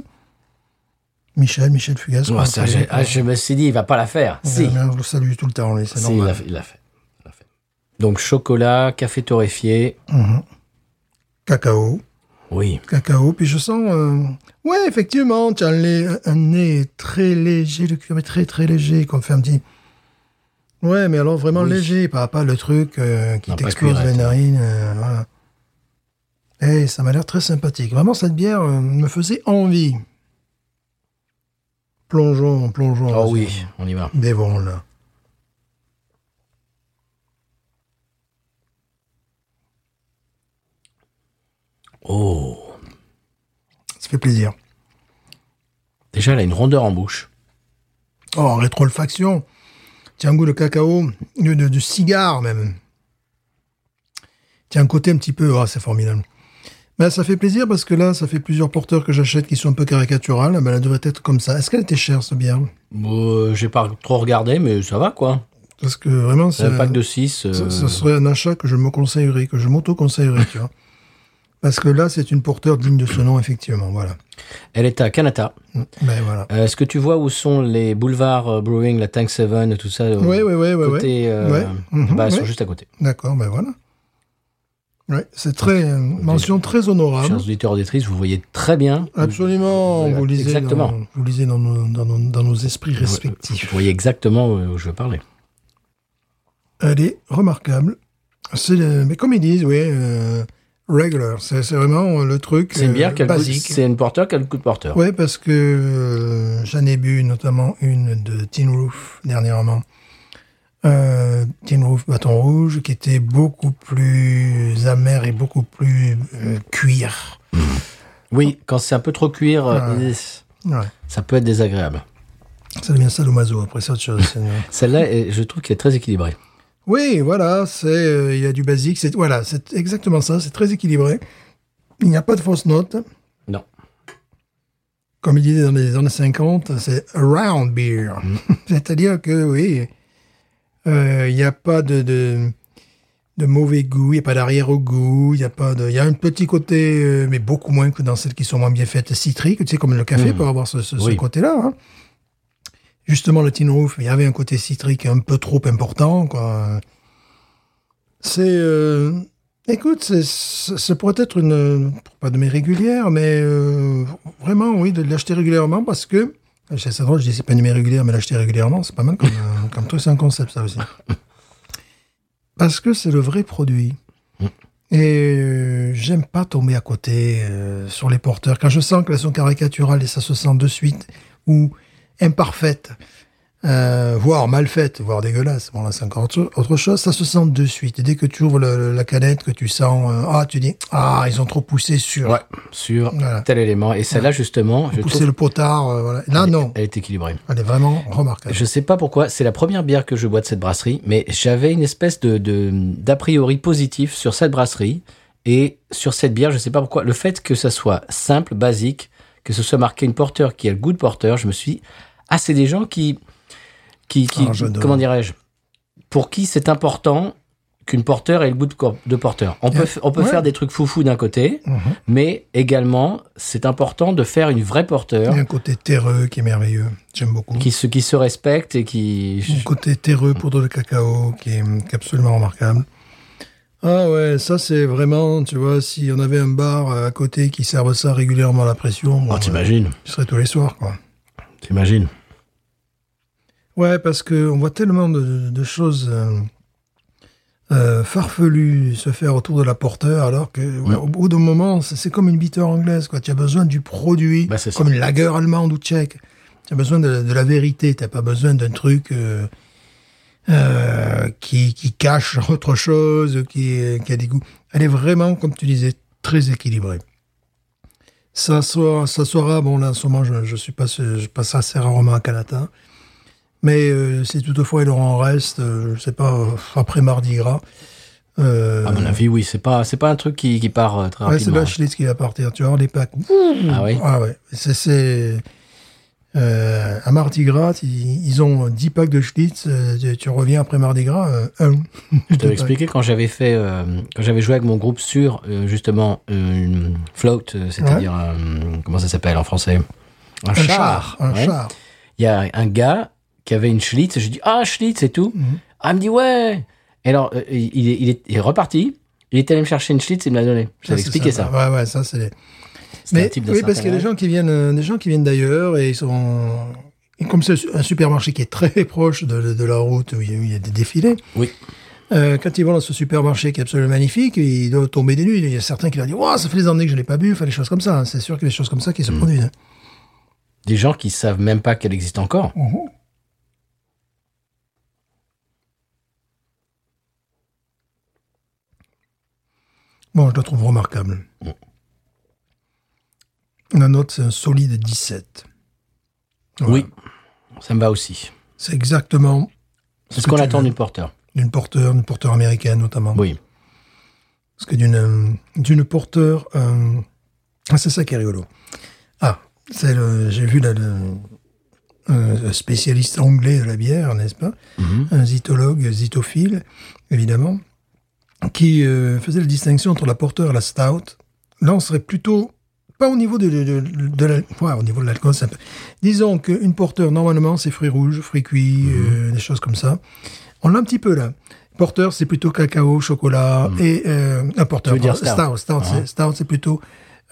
B: Michel, Michel Fugace.
A: Oh,
B: qu'on
A: ça,
B: salue.
A: j'ai- ah, je me suis dit, il va pas la faire.
B: Ouais,
A: Si.
B: mais on le salue tout le temps, lui, c'est
A: Si, il
B: normal.
A: l'a fait, il l'a fait. Il l'a fait. Donc, chocolat, café torréfié.
B: Mhm. Cacao,
A: Oui.
B: cacao, puis je sens... euh, Ouais, effectivement, tu as un, lait- un nez très léger, le cuir est très très léger, qu'on fait un petit... Ouais, mais alors vraiment
A: Oui.
B: léger, pas, pas le truc euh, qui
A: Non, pas
B: t'explose les
A: cuirette. hein.
B: narines. euh, voilà. Eh, ça m'a l'air très sympathique. Vraiment, cette bière euh, me faisait envie. Plongeons, plongeons.
A: Oh oui, on y va.
B: Dévorons-la.
A: Oh.
B: Ça fait plaisir.
A: Déjà, elle a une rondeur en bouche.
B: Oh, en rétrofaction. Tiens, un goût de cacao, de, de, de cigare même. Tiens, un côté un petit peu. Ah, c'est oh, formidable. Ben, ça fait plaisir parce que là, ça fait plusieurs porteurs que j'achète qui sont un peu caricaturales. Ben, elle devrait être comme ça. Est-ce qu'elle était chère, cette bière
A: Euh, J'ai pas trop regardé, mais ça va quoi.
B: Parce que vraiment, c'est.
A: Un pack de euh, 6.
B: Ça, ça serait un achat que je me conseillerais, que je m'auto-conseillerais,
A: <laughs>
B: tu vois. Parce que là, c'est une porteur digne de ce nom, effectivement. Voilà.
A: Elle est à Kanata.
B: Ben voilà.
A: Euh, Est-ce que tu vois où sont les boulevards euh, Brewing, la Tank 7, tout ça euh,
B: Ouais, ouais, ouais, ouais,
A: Côté,
B: ouais.
A: euh,
B: Ouais. Mhm,
A: bah, Elles sont
B: ouais.
A: juste à côté.
B: D'accord, ben voilà. Ouais, c'est très. euh, mention très
A: Chers
B: honorable.
A: auditeurs auditrices, vous voyez très bien.
B: Absolument.
A: Voilà,
B: Vous lisez,
A: exactement.
B: Dans, vous lisez dans nos, dans nos- dans nos esprits
A: Vous
B: respectifs.
A: voyez exactement où je veux parler.
B: Elle est remarquable. C'est le- mais comme ils disent, oui, euh, regular. C'est c'est vraiment euh, le truc.
A: C'est une bière
B: euh,
A: qui a le goût-
B: basique.
A: C'est une porteur qui a le coup de porteur.
B: Oui, parce que euh, j'en ai bu notamment une de Tin Roof dernièrement. Euh, Tin Roof Bâton Rouge, qui était beaucoup plus amère et beaucoup plus euh, cuir.
A: Oui, quand c'est un peu trop cuir, euh,
B: Ah Ouais.
A: ça peut être désagréable.
B: Ça devient sadomaso après ça. autre chose. C'est une-
A: Celle-là, est- je trouve qu'elle est très équilibrée.
B: Oui, voilà, c'est euh, il y a du basique, c'est voilà, c'est exactement ça, c'est très équilibré. Il n'y a pas de fausses notes,
A: Non.
B: comme il disait dans les années 50, c'est round beer.
A: Mm.
B: <laughs> C'est-à-dire que oui, euh, il n'y a pas de, de de mauvais goût, il n'y a pas d'arrière-goût, il y a pas de il y a un petit côté euh, mais beaucoup moins que dans celles qui sont moins bien faites citriques, tu sais comme le café peut avoir ce, ce- ce
A: Mm. Oui.
B: côté-là. hein. Justement, le Tin Roof, il y avait un côté citrique un peu trop important. quoi. C'est, euh, écoute, c'est, c'est- ça pourrait être une, euh, pas de mes régulières, mais euh, vraiment, oui, de l'acheter régulièrement parce que, c'est c'est drôle, je dis c'est pas une mes régulières, mais l'acheter régulièrement, c'est pas mal comme, euh, comme truc, c'est un concept ça aussi. Parce que c'est le vrai produit. Et euh, j'aime pas tomber à côté euh, sur les porteurs. Quand je sens qu'elles sont caricaturales et ça se sent de suite, ou imparfaites, euh, voire mal faites, voire dégueulasses, bon là c'est encore autre autre chose, ça se sent de suite. Et dès que tu ouvres le- le- la canette, que tu sens, euh, ah tu dis, ah ils ont trop poussé sur,
A: Ouais, sur
B: Voilà.
A: tel élément. Et celle-là, justement, je
B: poussé
A: trouve
B: le potard, euh, voilà. Là non, Euh.
A: qu'elle est équilibrée.
B: elle est vraiment remarquable.
A: Je sais pas pourquoi, c'est la première bière que je bois de cette brasserie, mais j'avais une espèce de de- d'a priori positif sur cette brasserie et sur cette bière, je sais pas pourquoi. Le fait que ça soit simple, basique, que ce soit marqué une porteur qui a le goût de porteur, je me suis dit, ah, c'est des gens qui. qui, qui
B: Ah, j'adore.
A: comment dirais-je Pour qui c'est important qu'une porteur ait le goût de, cor- de porteur. On peut, f- on peut
B: Ouais.
A: faire des trucs foufou d'un côté, mais également, c'est important de faire une vraie porteur
B: Il y a un côté terreux qui est merveilleux, j'aime beaucoup.
A: qui se, qui se respecte et qui.
B: Mon côté terreux, poudre de cacao, qui est, qui est absolument remarquable. Ah ouais, ça c'est vraiment, tu vois, si on avait un bar euh, à côté qui serve ça régulièrement à la pression, bon,
A: Oh, t'imagines
B: euh, ce serait tous les soirs, quoi.
A: T'imagines
B: Ouais, parce que on voit tellement de, de choses euh, euh, farfelues se faire autour de la porteur, alors que ouais, au bout d'un moment, c'est c'est comme une bitter anglaise, quoi. Tu as besoin du produit,
A: Bah, c'est ça.
B: comme une lager allemande ou tchèque. Tu as besoin de, de la vérité. T'as pas besoin d'un truc euh, euh, qui, qui cache autre chose, qui, euh, qui a des goûts. Elle est vraiment, comme tu disais, très équilibrée. Ça sera, ça sera bon là en ce moment, je, je suis pas, je passe assez rarement à Canada. Mais euh, si toutefois il leur en reste, euh, je sais pas, euh, après Mardi Gras, euh,
A: À mon avis, oui, c'est pas, c'est pas un truc qui, qui part euh, très
B: ouais, c'est
A: rapidement.
B: Bachelis qui va partir. Tu vois, les packs.
A: ah oui.
B: Ah ouais, c'est. c'est- euh, à Mardi Gras, ils, ils ont 10 packs de Schlitz. euh, tu, tu reviens après Mardi Gras, euh, <laughs> un.
A: Je te expliqué quand j'avais fait, euh, quand j'avais joué avec mon groupe sur euh, justement euh, une float, euh, c'est-à-dire un- comment ça s'appelle en français Un,
B: Un char. Un
A: ouais.
B: char.
A: Il y a un gars qui avait une Schlitz. J'ai dit ah Schlitz et tout.
B: Mhm.
A: Ah il me dit ouais. Et alors euh, il, il est, il est- il est reparti. Il est allé me chercher une Schlitz et il me l'a donné. Je t'avais
B: c'est
A: expliqué ça.
B: Ouais, ouais, ça, c'est les-
A: C'était un
B: Mais
A: type d'un
B: oui, parce
A: certain
B: qu'il y a des
A: âge.
B: gens qui viennent, euh, des gens qui viennent d'ailleurs et ils sont. et comme c'est un supermarché qui est très <laughs> proche de, de- de la route où il y a- où il y a des défilés.
A: Oui.
B: euh, quand ils vont dans ce supermarché qui est absolument magnifique, ils doivent tomber des nues. Il y a certains qui leur disent Waouh, ça fait des années que je l'ai pas bu. Enfin, des choses comme ça. hein. C'est sûr qu'il y a des choses comme ça
A: Mm.
B: qui se produisent. hein.
A: Des gens qui savent même pas qu'elle existe encore.
B: Bon, je la trouve remarquable.
A: Mm.
B: La note, c'est un euh, solide 17. Voilà.
A: Oui, ça me va aussi.
B: C'est exactement
A: C'est ce
B: que
A: qu'on
B: tu
A: attend
B: veux.
A: d'une porteur.
B: d'une porteur, d'une porteur américaine notamment.
A: Oui.
B: Parce que d'une euh, d'une porteur... euh, ah, c'est ça qui est rigolo. Ah, c'est le- j'ai vu là, le, un spécialiste anglais de la bière, n'est-ce pas
A: Mhm.
B: Un zytologue, zytophile, évidemment, qui euh, faisait la distinction entre la porteur et la stout. Là, on serait plutôt pas au niveau de, de, de, de la- ouais, au niveau de l'alcool. c'est un peu- Disons qu'une porteur, normalement, c'est fruits rouges, fruits cuits,
A: Mhm.
B: euh, des choses comme ça. On l'a un petit peu là. Porteur, c'est plutôt cacao, chocolat et euh, un porteur.
A: Mhm. Tu veux dire
B: pardon,
A: stout. Ah.
B: stout, stout, c'est- stout, c'est plutôt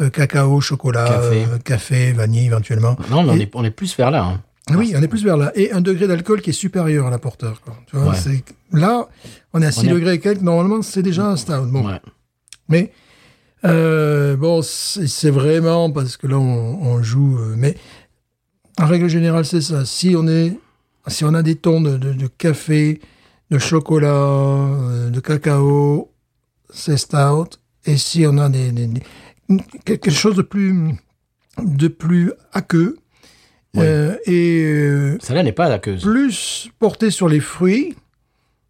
B: euh, cacao, chocolat,
A: Café.
B: euh, café, vanille éventuellement.
A: Non, mais on
B: Et-
A: est, on est plus vers là. hein.
B: oui, on est plus vers là. Et un degré d'alcool qui est supérieur à la porteur. quoi. Tu vois,
A: Ouais.
B: c'est- Là, on est à 6
A: est-
B: degrés et quelques. Normalement, c'est déjà un stout. Bon.
A: Ouais.
B: Mais euh, bon, c'est c'est vraiment parce que là, on, on joue. euh, mais en règle générale, c'est ça. Si on est, si on a des tons de, de- de café, de chocolat, euh, de cacao, c'est stout. Et si on a des, des- des- quelque chose de plus de plus aqueux
A: Ouais.
B: euh, et euh,
A: Celle-là n'est pas la queuse.
B: plus porté sur les fruits,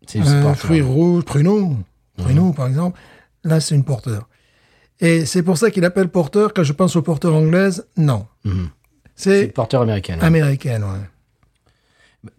A: C'est une
B: euh,
A: sport,
B: fruits
A: ouais.
B: rouges, pruneaux, pruneaux par exemple. Là, c'est une porteur. Et c'est pour ça qu'il appelle porteur. Quand je pense aux porteurs anglaises, non.
A: Mhm. C'est une
B: C'est
A: porteur américaine. hein.
B: américaine. Ouais.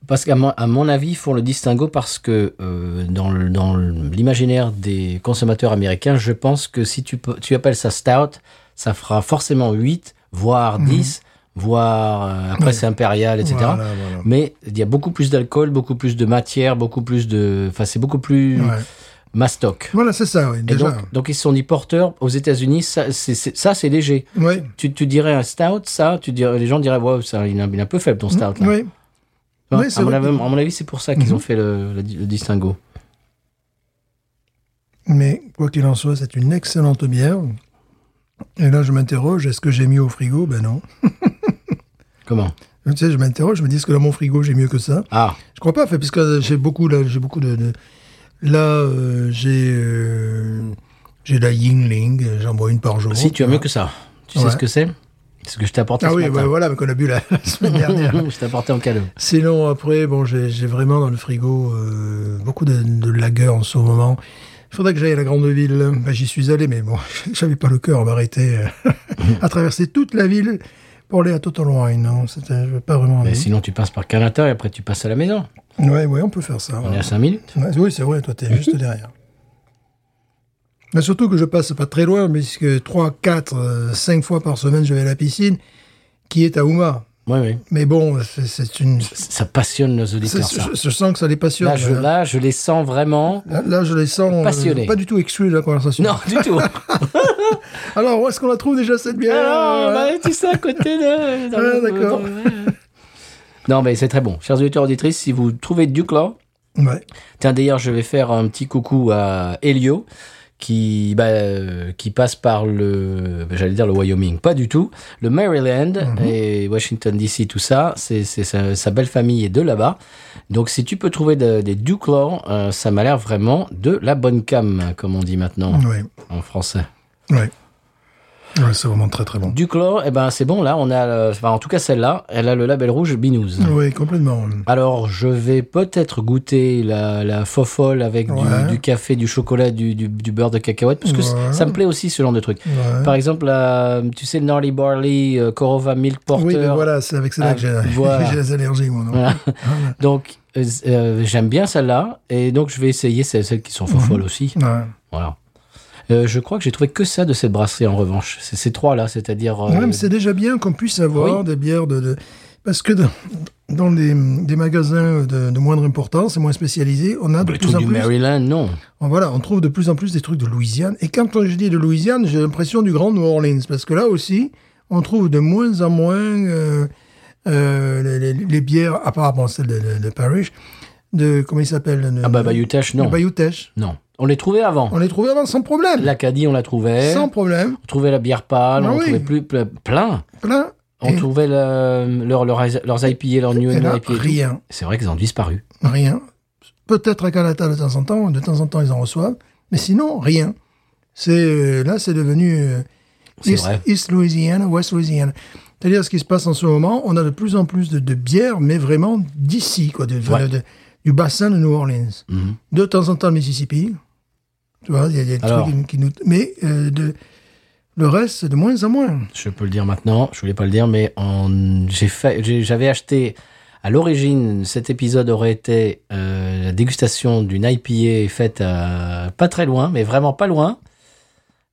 A: Parce qu'à mon, à mon avis, ils font le distinguo parce que euh, dans le- dans le- l'imaginaire des consommateurs américains, je pense que si tu, peux- tu appelles ça stout, ça fera forcément 8, voire 10, voire euh, après
B: Mhm. Ouais.
A: c'est impérial, etc.
B: Voilà, voilà.
A: Mais il y a beaucoup plus d'alcool, beaucoup plus de matière, beaucoup plus de... Enfin, c'est beaucoup plus
B: Ouais.
A: mastoc.
B: Voilà, c'est ça, oui,
A: Et
B: déjà.
A: donc, donc ils se sont dit porteurs aux États-Unis, ça c'est- c'est ça, c'est léger.
B: oui.
A: Tu, tu dirais un stout, ça, tu dirais, les gens diraient, wow, ça, il est un- il est un peu faible ton stout. là.
B: oui.
A: Enfin,
B: Oui, Mm, c'est
A: à, mon
B: vrai Mm-hmm.
A: avis,
B: que-
A: à mon avis, c'est pour ça qu'ils ont fait le, le di- le distinguo.
B: Mais quoi qu'il en soit, c'est une excellente bière. Et là, je m'interroge, est-ce que j'ai mis au frigo Ben non.
A: Comment
B: Tu sais, je m'interroge, je me dis, est-ce que dans mon frigo, j'ai mieux que ça
A: Ah,
B: Je crois pas, fait, parce que j'ai beaucoup, là, j'ai beaucoup de, de- là, euh, j'ai, euh, j'ai de la Yingling, euh, j'en bois une par jour.
A: si, tu as mieux que ça. Tu
B: Ouais.
A: sais ce que c'est C'est ce que je t'ai apporté
B: Ah
A: ce
B: oui,
A: matin.
B: bah, voilà, mais qu'on a bu la, <laughs> la
A: <laughs>
B: semaine dernière.
A: je t'ai apporté en cadeau.
B: Sinon, après, bon, j'ai j'ai vraiment dans le frigo euh, beaucoup de, de lagueurs en ce moment. Il faudrait que j'aille à la grande ville. Ben, J'y suis allé, mais bon, <laughs> j'avais pas le cœur à m'arrêter, euh, <laughs> à traverser toute la ville pour aller à Total Wine. Non, c'était j'avais pas vraiment
A: Mais
B: envie.
A: sinon, tu passes par Canada et après, tu passes à la maison.
B: Ouais, ouais, on peut faire ça.
A: On
B: ouais.
A: est à 5 minutes.
B: Ouais, Bah oui, c'est vrai, toi, t'es
A: <laughs>
B: juste derrière. Mais Bah, surtout que je passe pas très loin, puisque 3, 4, euh, 5 fois par semaine, je vais à la piscine, qui est à Houma.
A: Oui, oui.
B: Mais bon, c'est- c'est une...
A: Ça passionne nos
B: c'est-
A: auditeurs, ça.
B: je, je sens que ça les passionne.
A: Là je, là, je les sens vraiment.
B: Là, là, je les sens euh,
A: Passionnés.
B: pas du tout exclus de la conversation.
A: Non, du
B: <laughs>
A: tout.
B: Alors, où est-ce qu'on la trouve déjà, cette bière Ah,
A: Alors, bah, tu sais, à côté de. dans
B: Ouais,
A: le-
B: Euh, d'accord.
A: dans- Non, mais c'est très bon. Chers auditeurs auditrices, si vous trouvez du clan,
B: Ouais.
A: Tiens, d'ailleurs, je vais faire un petit coucou à Elio qui, bah, euh, qui passe par le, bah, j'allais dire le Wyoming, pas du tout, le Maryland et Washington DC, tout ça. C'est c'est sa, sa belle famille est de là-bas. Donc, si tu peux trouver de- des Duclaw, euh, ça m'a l'air vraiment de la bonne cam, comme on dit maintenant
B: Ouais.
A: en français.
B: Ouais. Ouais, c'est vraiment très, très Ah bon.
A: Duclaw, eh ben, c'est bon, là, on a, euh, enfin, en tout cas, celle-là, elle a le label rouge Binous.
B: Oui, complètement.
A: Alors, je vais peut-être goûter la, la fofolle avec du-
B: Ouais.
A: du, café, du chocolat, du, du- du beurre de cacahuète, parce que c-
B: Ouais.
A: ça me plaît aussi ce genre de truc.
B: Ouais.
A: Par exemple, la- tu sais, Gnarly Barley, euh, Korova Milk Porter.
B: Oui, mais voilà, c'est avec celle-là
A: Ah,
B: que j'ai <laughs>
A: voilà.
B: j'ai les allergies, moi. Ah, non
A: Voilà. Donc, euh, euh, j'aime bien celle-là, et donc je vais essayer celles, celles qui sont
B: Mhm.
A: fofolles aussi.
B: Ouais.
A: Voilà. Euh, je crois que j'ai trouvé que ça de cette brasserie en revanche. C'est ces trois-là, c'est-à-dire. euh,
B: Ouais, mais c'est déjà bien qu'on puisse avoir
A: oui.
B: des bières de, de- Parce que dans, dans les, des magasins de, de moindre importance et moins spécialisés, on a de
A: le
B: plus
A: truc
B: en
A: du
B: plus...
A: Maryland, non.
B: on- voilà, on trouve de plus en plus des trucs de Louisiane. Et quand on- je dis de Louisiane, j'ai l'impression du Grand New Orleans, parce que là aussi, on trouve de moins en moins euh, euh, les, les- les bières, à part bon, celle de, de- de Parrish, de... Comment il s'appelle de-
A: Ah bah,
B: de-
A: Bayou Teche,
B: de
A: non.
B: Bayou Teche.
A: Non. On les trouvait avant.
B: On les trouvait avant sans problème.
A: L'Acadie, on la trouvait.
B: Sans problème.
A: On trouvait la bière pâle,
B: Ah
A: on
B: oui.
A: trouvait plus, ple- plein.
B: Plein.
A: On
B: Et-
A: trouvait le- leur- leur- leurs IPA, leurs New
B: et là,
A: England IPA. et tout.
B: rien.
A: C'est vrai qu'ils ont disparu.
B: Rien. Peut-être à Canada de temps en temps, de temps en temps ils en reçoivent, mais sinon rien. C'est euh, là, c'est devenu euh,
A: C'est
B: East,
A: vrai.
B: East Louisiana, West Louisiana. C'est-à-dire ce qui se passe en ce moment, on a de plus en plus de, de bières, mais vraiment d'ici, quoi, de-
A: Ouais.
B: de- du bassin de New Orleans.
A: Mhm.
B: De temps en temps le Mississippi, Tu vois, il y a, il y a des
A: Alors.
B: trucs qui nous. Mais euh, de, le reste, c'est de moins en moins.
A: Je peux le dire maintenant, je voulais pas le dire, mais en- j'ai fait- j'ai- j'avais acheté. À l'origine, cet épisode aurait été euh, la dégustation d'une IPA faite à- pas très loin, mais vraiment pas loin.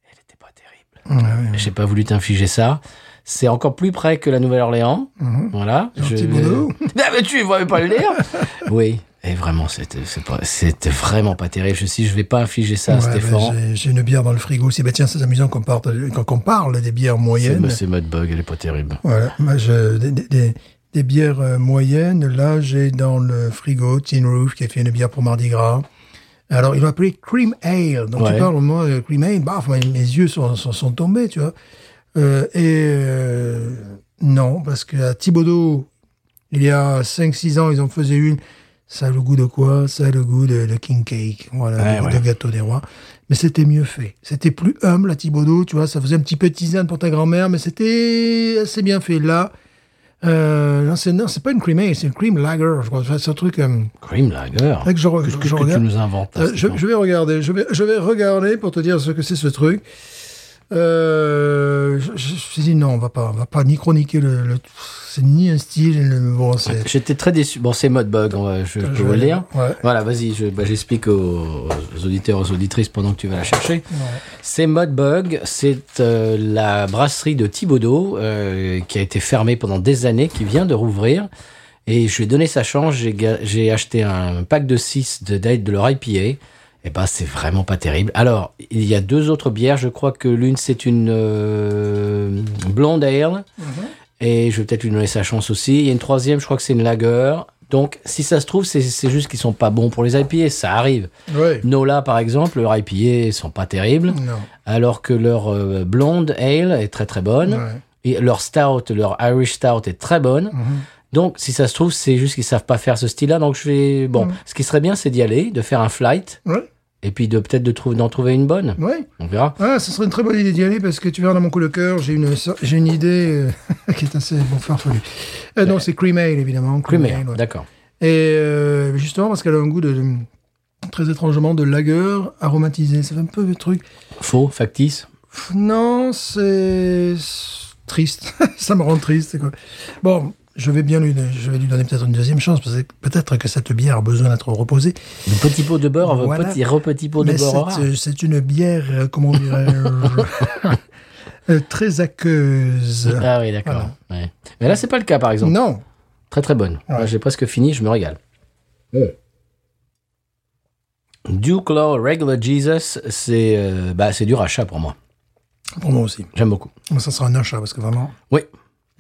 A: Elle était pas terrible.
B: Ouais, ouais.
A: J'ai pas voulu t'infliger ça. C'est encore plus près que la Nouvelle-Orléans.
B: Mhm.
A: Voilà.
B: Gentil boulot.
A: <laughs> Non, mais tu ne pas le dire. <laughs> oui. Et vraiment, c'était c'est pas- c'était vraiment pas terrible. Je me suis dit, je vais pas infliger ça à
B: Ouais,
A: Stéphane.
B: ben, j'ai- J'ai une bière dans le frigo aussi. Ben, tiens, c'est amusant qu'on parle, qu'on- qu'on parle des bières
A: C'est
B: moyennes.
A: c'est Mudbug, elle est pas terrible.
B: Voilà, moi, je, des, des- des- des bières euh, moyennes. Là, j'ai dans le frigo Tin Roof qui a fait une bière pour Mardi Gras. Alors, ils l'ont appelé Cream Ale. Donc,
A: Ouais.
B: tu parles, moi, euh, Cream Ale, bah, enfin, mes yeux sont, sont, sont tombés, tu vois. Euh, et euh, non, parce qu'à Thibaudot, il y a 5-6 ans, ils en faisaient une. Ça a le goût de quoi Ça a le goût de, de king cake, voilà,
A: Ouais,
B: le goût
A: ouais.
B: de gâteau des rois. Mais c'était mieux fait. C'était plus humble à Thibaudot, tu vois. Ça faisait un petit peu de tisane pour ta grand-mère, mais c'était assez bien fait. Là, euh, non, c'est non, c'est pas une cream ale, c'est une cream lager. Je crois Enfin, c'est un truc. euh,
A: Cream Lager.
B: faudrait que Ah, je, re-
A: Qu'est-ce
B: je-
A: que,
B: je
A: que tu
B: regarde.
A: nous inventes
B: Euh, je, je vais regarder. Je vais, je vais regarder pour te dire ce que c'est ce truc. Euh, je, je me suis dit non, on va pas, on va pas ni chroniquer le, le- c'est ni un style. le- bon, c'est.
A: J'étais très déçu. Bon, c'est Modbug, on va-
B: Euh,
A: je, peux vous le dire.
B: Ouais.
A: Voilà, vas-y, je- bah, j'explique aux, aux auditeurs, aux auditrices pendant que tu vas la chercher. C'est Modbug, c'est euh, la brasserie de Thibaudot euh, qui a été fermée pendant des années, qui vient de rouvrir. Et je lui ai donné sa chance, j'ai ga- j'ai acheté un pack de 6 de, de, de leur IPA. Et ben, c'est vraiment pas terrible. Alors, il y a deux autres bières, je crois que l'une c'est une euh, blonde ale. Et je vais peut-être lui donner sa chance aussi. Il y a une troisième, je crois que c'est une lager. Donc, si ça se trouve, c'est- c'est juste qu'ils sont pas bons pour les IPA, ça arrive.
B: Ouais.
A: Nola, par exemple, leurs IPA sont pas terribles,
B: Non.
A: alors que leur euh, blonde ale est très très bonne.
B: Ouais.
A: Et leur stout, leur Irish stout est très bonne.
B: Mm-hmm.
A: Donc, si ça se trouve, c'est juste qu'ils savent pas faire ce style-là. Donc, je vais. Bon, ce qui serait bien, c'est d'y aller, de faire un flight,
B: Mm. Ouais.
A: et puis de peut-être de trou- d'en trouver une bonne.
B: Ouais.
A: On verra.
B: Ah, ce serait une très bonne idée d'y aller parce que tu verras dans mon coup de cœur, j'ai une, j'ai une idée euh, <laughs> qui est assez bon farfelue. Euh, Non, c'est Cream Ale, évidemment. Cream
A: Creamer,
B: Ale, ouais.
A: d'accord.
B: Et euh, justement, parce qu'elle a un goût de, de- très étrangement de lager aromatisé. Ça fait un peu le truc.
A: Faux, factice.
B: Pff, Non, c'est c'est triste. <laughs> Ça me rend triste. Quoi. Bon, je vais bien lui, je vais lui donner peut-être une deuxième chance parce que peut-être que cette bière a besoin d'être reposée.
A: Le petit pot de beurre,
B: Voilà.
A: petit repetit pot de
B: Mais
A: beurre.
B: c'est,
A: rare.
B: euh, c'est une bière, euh, <laughs> comment dirais-je, euh, très aqueuse.
A: Ah oui, d'accord. Ouais. Mais là, c'est pas le cas, par exemple.
B: Non.
A: Très très bonne.
B: Ouais.
A: Là, J'ai presque fini, je me régale. Duke Law Regular Jesus, c'est euh, bah, c'est du rachat pour moi.
B: Pour moi aussi.
A: J'aime beaucoup.
B: Moi, ça sera un achat, parce que vraiment,
A: Oui,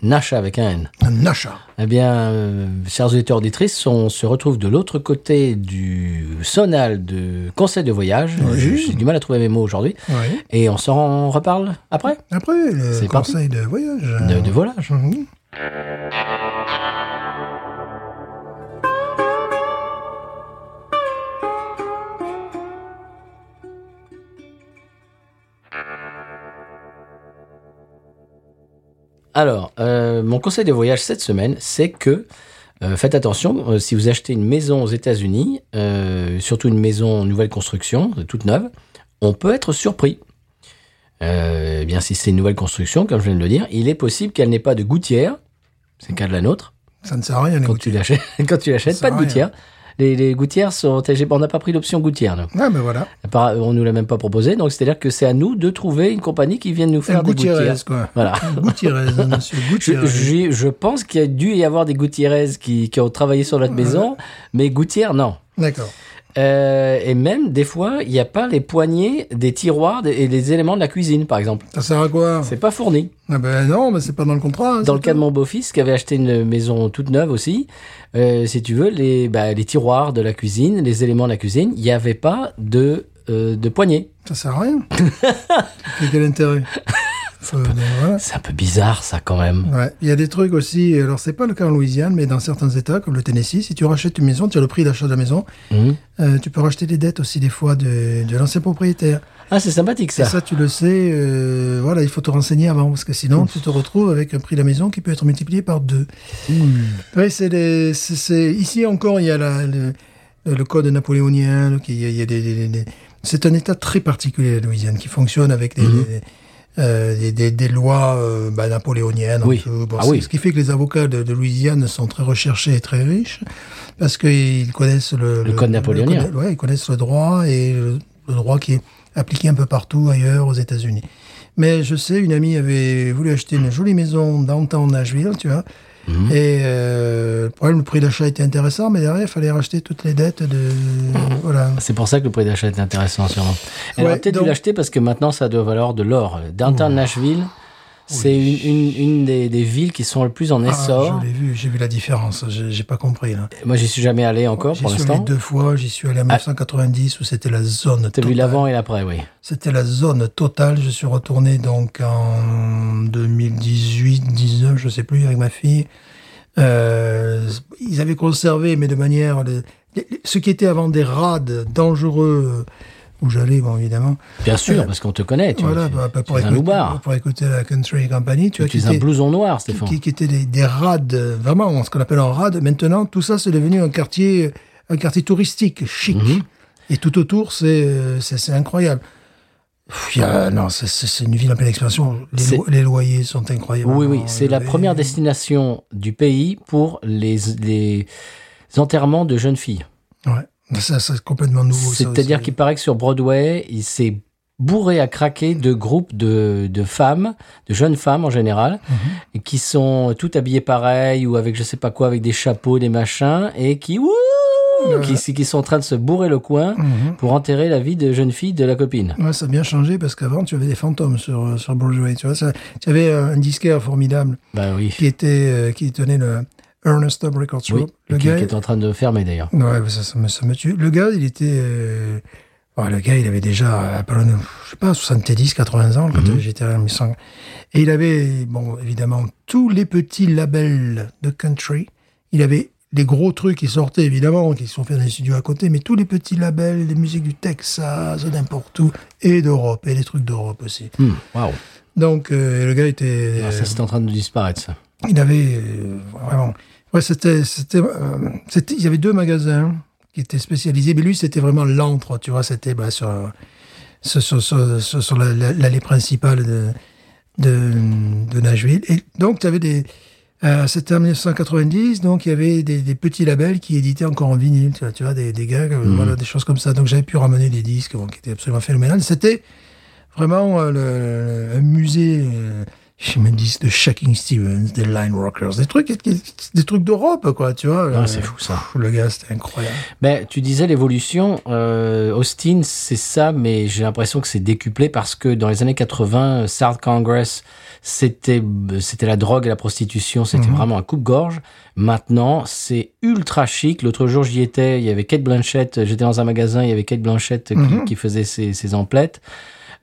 A: Nacha avec un N.
B: un achat.
A: Eh bien, euh, chers auditeurs auditrices, on se retrouve de l'autre côté du sonal de conseil de voyage.
B: Oui.
A: J'ai j'ai du mal à trouver mes mots aujourd'hui.
B: Oui.
A: Et on s'en reparle après
B: Après, le
A: C'est parti.
B: conseil de voyage.
A: de, de volage.
B: Mhm.
A: Alors, euh, mon conseil de voyage cette semaine, c'est que euh, faites attention, euh, si vous achetez une maison aux États-Unis, euh, surtout une maison en nouvelle construction, euh, toute neuve, on peut être surpris. Euh, eh bien, si c'est une nouvelle construction, comme je viens de le dire, il est possible qu'elle n'ait pas de gouttière. C'est le cas de la nôtre.
B: Ça ne sert à rien, les
A: Quand tu
B: gouttières.
A: l'achètes, <laughs> quand tu l'achètes,
B: Ça
A: pas de
B: sert à
A: gouttière. Les, les gouttières sont. j'ai- On n'a pas pris l'option gouttière. nous.
B: Ah, ben voilà.
A: Par- On nous l'a même pas proposé. Donc, c'est-à-dire que c'est à nous de trouver une compagnie qui vienne nous faire
B: Une
A: des gouttières.
B: gouttiérez, quoi.
A: Voilà.
B: Une
A: <laughs>
B: gouttiérez, hein, monsieur
A: Je,
B: gouttiérez.
A: j'ai- je pense qu'il y a dû y avoir des Gutiérrez qui, qui ont travaillé sur notre maison, mais Gouttière, non.
B: D'accord.
A: Euh, et même, des fois, il n'y a pas les poignées des tiroirs des- et des éléments de la cuisine, par exemple.
B: Ça sert à quoi
A: C'est pas fourni.
B: Ah ben non, mais c'est pas dans le contrat. hein,
A: Dans le
B: c'est
A: cas de
B: tout.
A: mon beau-fils, qui avait acheté une maison toute neuve aussi, euh, si tu veux, les, bah, les tiroirs de la cuisine, les éléments de la cuisine, il n'y avait pas de, euh, de poignée.
B: Ça sert
A: <laughs>
B: à rien. Quel- Quel intérêt Faut- donc, ben voilà.
A: C'est un peu bizarre, ça, quand même.
B: Ouais. Il y a des trucs aussi, alors c'est pas le cas en Louisiane, mais dans certains États, comme le Tennessee, si tu rachètes une maison, tu as le prix d'achat de la maison,
A: Mhm.
B: euh, tu peux racheter des dettes aussi des fois de, de l'ancien propriétaire.
A: Ah, c'est sympathique,
B: Et
A: ça.
B: ça, tu le sais, euh, voilà, il faut te renseigner avant, parce que sinon, tu te retrouves avec un prix de la maison qui peut être multiplié par deux.
A: Mmh.
B: Oui, c'est des- c'est- c'est- ici encore, il y a la- le, le code napoléonien, donc il y a, il y a des, des- des- des- C'est un État très particulier, la Louisiane, qui fonctionne avec
A: Mmh.
B: des, des, euh, des- des- des lois euh, bah, napoléoniennes.
A: Oui.
B: un peu. Bon,
A: Ah
B: c'est
A: oui.
B: Ce qui fait que les avocats de, de Louisiane sont très recherchés et très riches, parce qu'ils connaissent le,
A: code napoléonien.
B: code- ouais, ils connaissent le droit, et le, le droit qui est appliqué un peu partout ailleurs aux États-Unis. Mais je sais, une amie avait voulu acheter une jolie maison downtown Nashville, tu vois.
A: Mhm.
B: Et euh, le problème, le prix d'achat était intéressant, mais derrière, il fallait racheter toutes les dettes de. Voilà.
A: C'est pour ça que le prix d'achat est intéressant, sûrement. Elle
B: Ouais,
A: aurait peut-être
B: donc-
A: dû l'acheter parce que maintenant, ça doit valoir de l'or. Downtown Nashville, c'est une, une, une des, des villes qui sont le plus en
B: Ah,
A: essor.
B: je l'ai vu, j'ai vu la différence, j'ai j'ai pas compris. Là.
A: Moi, j'y suis jamais allé encore
B: J'y
A: pour
B: suis allé
A: l'instant. Ah.
B: deux fois, j'y suis allé en 1990 où c'était la zone
A: T'as vu
B: totale.
A: l'avant et l'après, oui.
B: C'était la zone totale. Je suis retourné donc en 2018, 19, je sais plus, avec ma fille. Euh, ils avaient conservé, mais de manière, les- les- les- ce qui était avant des rades dangereux euh, où j'allais, bon évidemment.
A: Bien sûr, parce qu'on te connaît. Tu
B: voilà,
A: vois,
B: bah,
A: tu-
B: bah, pour,
A: tu es un
B: écouter,
A: loupard.
B: pour écouter la country company, tu vois,
A: Tu
B: qui
A: es un
B: était-
A: blouson noir, Stéphane.
B: qui, qui étaient des, des rades, euh, vraiment ce qu'on appelle un rade. Maintenant, tout ça, c'est devenu un quartier, un quartier touristique, chic.
A: Mhm.
B: Et tout autour, c'est euh, c'est c'est incroyable. Pff, il y a- non, c'est- c'est c'est une ville en pleine expansion. Les,
A: C'est-
B: lo- les loyers sont incroyables.
A: Oui, oui, c'est la première destination du pays pour les, les enterrements de jeunes filles.
B: Ouais, ça, ça, c'est complètement nouveau. ça
A: C'est-à-dire
B: aussi.
A: qu'il paraît que sur Broadway, il s'est bourré à craquer de groupes de, de femmes, de jeunes femmes en général,
B: Mhm.
A: et qui sont toutes habillées pareil ou avec je sais pas quoi, avec des chapeaux, des machins, et qui, wouh, qui, qui sont en train de se bourrer le coin
B: Mhm.
A: pour enterrer la vie de jeune fille de la copine.
B: Ouais, ça a bien changé parce qu'avant, tu avais des fantômes sur, euh, sur Broadway. Tu vois, ça- tu avais euh, un disquaire formidable
A: Bah oui,
B: qui, était, euh, qui tenait le Ernest Tubb Records
A: oui.
B: Group. Le
A: qui,
B: gars,
A: qui est en train de fermer d'ailleurs.
B: Ouais, bah ça, ça, me, ça me tue. Le gars, il était. euh, ouais, le gars, il avait déjà, euh, pas loin de, je sais pas, 70, 80 ans, quand
A: Mhm.
B: euh, j'étais en 1900. Et il avait, bon, évidemment, tous les petits labels de country. Il avait des gros trucs qui sortaient, évidemment, qui sont faits dans les studios à côté, mais tous les petits labels, des musiques du Texas, de n'importe où, et d'Europe, et des trucs d'Europe aussi.
A: Hmm, Waouh,
B: Donc, euh, le gars était.
A: Ah, ça c'est en train de disparaître ça.
B: Il avait euh, vraiment. Ouais, c'était, c'était, euh, c'était- il y avait deux magasins qui étaient spécialisés, mais lui, c'était vraiment l'antre, tu vois. C'était bah, sur, sur, sur, sur, sur- sur la- la- l'allée principale de, de, de Nashville. Et donc, tu avais des. euh, c'était en 1990, donc il y avait des, des petits labels qui éditaient encore en vinyle, tu vois, tu vois, des, des gars,
A: Mhm.
B: euh, voilà, des choses comme ça. Donc j'avais pu ramener des disques bon, qui étaient absolument phénoménales. C'était vraiment euh, le, le- un musée, euh, je me dis, de Shaking Stevens, des Line Rockers, des trucs, des trucs d'Europe, quoi, tu vois.
A: Ah,
B: Euh,
A: c'est fou ça.
B: pff, Le gars, c'était incroyable.
A: Ben, tu disais l'évolution, euh, Austin, c'est ça, mais j'ai l'impression que c'est décuplé parce que dans les années 80, euh, South Congress, c'était euh, c'était la drogue et la prostitution, c'était vraiment un coupe-gorge. Maintenant, c'est ultra chic. L'autre jour, j'y étais, il y avait Kate Blanchett, euh, j'étais dans un magasin, il y avait Kate Blanchett euh, qui, qui faisait ses, ses emplettes.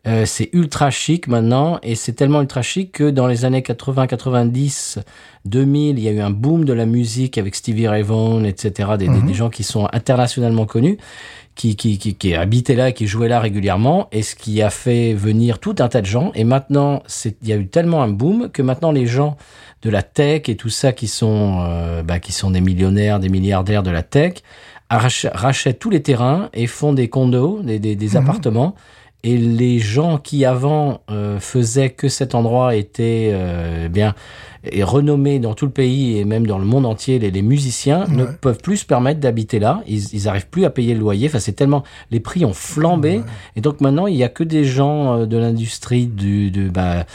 A: Euh, c'est ultra chic maintenant et c'est tellement ultra chic que dans les années 80, 90, 2000, il y a eu un boom de la musique avec Stevie Ray Vaughan, etc. Des, des- des gens qui sont internationalement connus, qui, qui, qui, qui habitaient là et qui jouaient là régulièrement et ce qui a fait venir tout un tas de gens. Et maintenant, c'est, il y a eu tellement un boom que maintenant les gens de la tech et tout ça qui sont, euh, bah, qui sont des millionnaires, des milliardaires de la tech, arrach- rachètent tous les terrains et font des condos, des, des, des appartements. Et les gens qui avant euh, faisaient que cet endroit était euh, bien et renommé dans tout le pays et même dans le monde entier, les, les musiciens ne
B: Ouais.
A: peuvent plus se permettre d'habiter là. Ils, ils arrivent plus à payer le loyer. Enfin, c'est tellement les prix ont flambé. Et donc maintenant, il y a que des gens euh, de l'industrie du de bah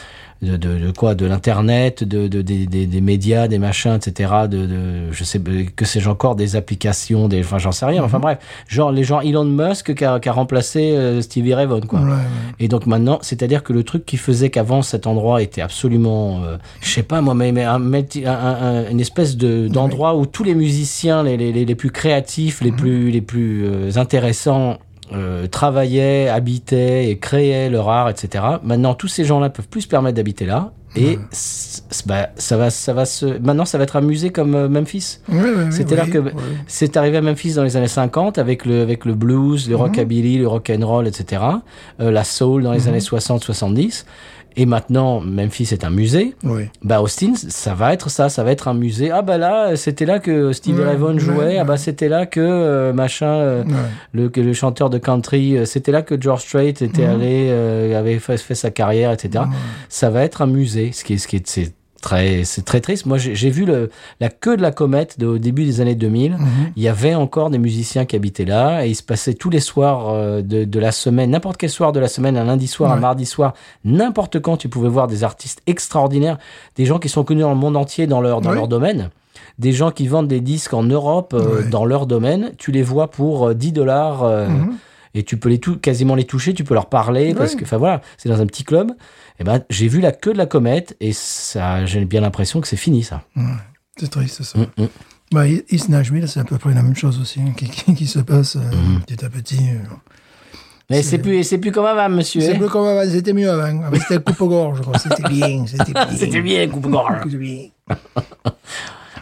A: de, de, de quoi de l'internet de, de des, des, des médias des machins etc de, de je sais euh, que sais-je encore des applications des enfin j'en sais rien enfin bref genre les gens Elon Musk qui a, qui a remplacé euh, Stevie Ray Vaughan quoi
B: Ouais, ouais.
A: et donc maintenant, c'est-à-dire que le truc qui faisait qu'avant cet endroit était absolument, euh, je sais pas moi, mais, mais un, multi- un- un- un- une espèce de d'endroit où tous les musiciens, les, les, les- les plus créatifs, les plus les plus euh, intéressants euh, travaillaient, habitaient et créaient leur art, etc. Maintenant, tous ces gens-là peuvent plus se permettre d'habiter là. Et c- c- bah, ça va, ça va se. Maintenant, ça va être amusé comme euh, Memphis.
B: Ouais, ouais, ouais,
A: C'est-à-dire
B: ouais,
A: que
B: ouais.
A: c'est arrivé à Memphis dans les années 50 avec le, avec le
B: Mhm. Mhm.
A: blues, le rockabilly, le rock'n'roll, etc. euh, la soul dans les années 60-70. Et maintenant, Memphis est un musée.
B: Oui.
A: Bah Austin, ça va être ça, ça va être un musée. Ah bah là, c'était là que Steve
B: Ouais,
A: Levon jouait.
B: ouais,
A: Ah bah
B: ouais.
A: c'était là que euh, machin, euh,
B: Ouais.
A: le, que le chanteur de country, euh, c'était là que George Strait était
B: Mhm.
A: allé, euh, avait fait, fait sa carrière, etc. Ça va être un musée, ce qui est, ce qui est, c'est très, c'est très triste. Moi, j'ai j'ai vu le, la queue de la comète de- au début des années 2000.
B: Mhm.
A: Il y avait encore des musiciens qui habitaient là et il se passait tous les soirs euh, de, de la semaine, n'importe quel soir de la semaine, un lundi soir, un
B: Ouais.
A: mardi soir, n'importe quand, tu pouvais voir des artistes extraordinaires, des gens qui sont connus dans le monde entier dans leur, dans
B: Ouais.
A: leur domaine, des gens qui vendent des disques en Europe euh,
B: Ouais.
A: dans leur domaine, tu les vois pour euh, 10 dollars et tu peux les tou- quasiment les toucher, tu peux leur parler parce
B: Mhm. Ouais.
A: que, enfin voilà, c'est dans un petit club. Et ben, j'ai vu la queue de la comète et ça, j'ai bien l'impression que c'est fini ça.
B: C'est triste, ça.
A: Mm, mm.
B: Bah, East East Nashville, c'est à peu près la même chose aussi, hein, qui, qui- qui se passe euh,
A: Mm-hmm.
B: petit à petit. euh.
A: Mais c'est plus, c'est plus comme avant, monsieur.
B: C'est
A: hein.
B: plus comme avant, c'était mieux avant. Avant, C'était coupe gorge,
A: <laughs>
B: C'était bien, c'était bien.
A: C'était bien, coupe-gorge.
B: C'était bien.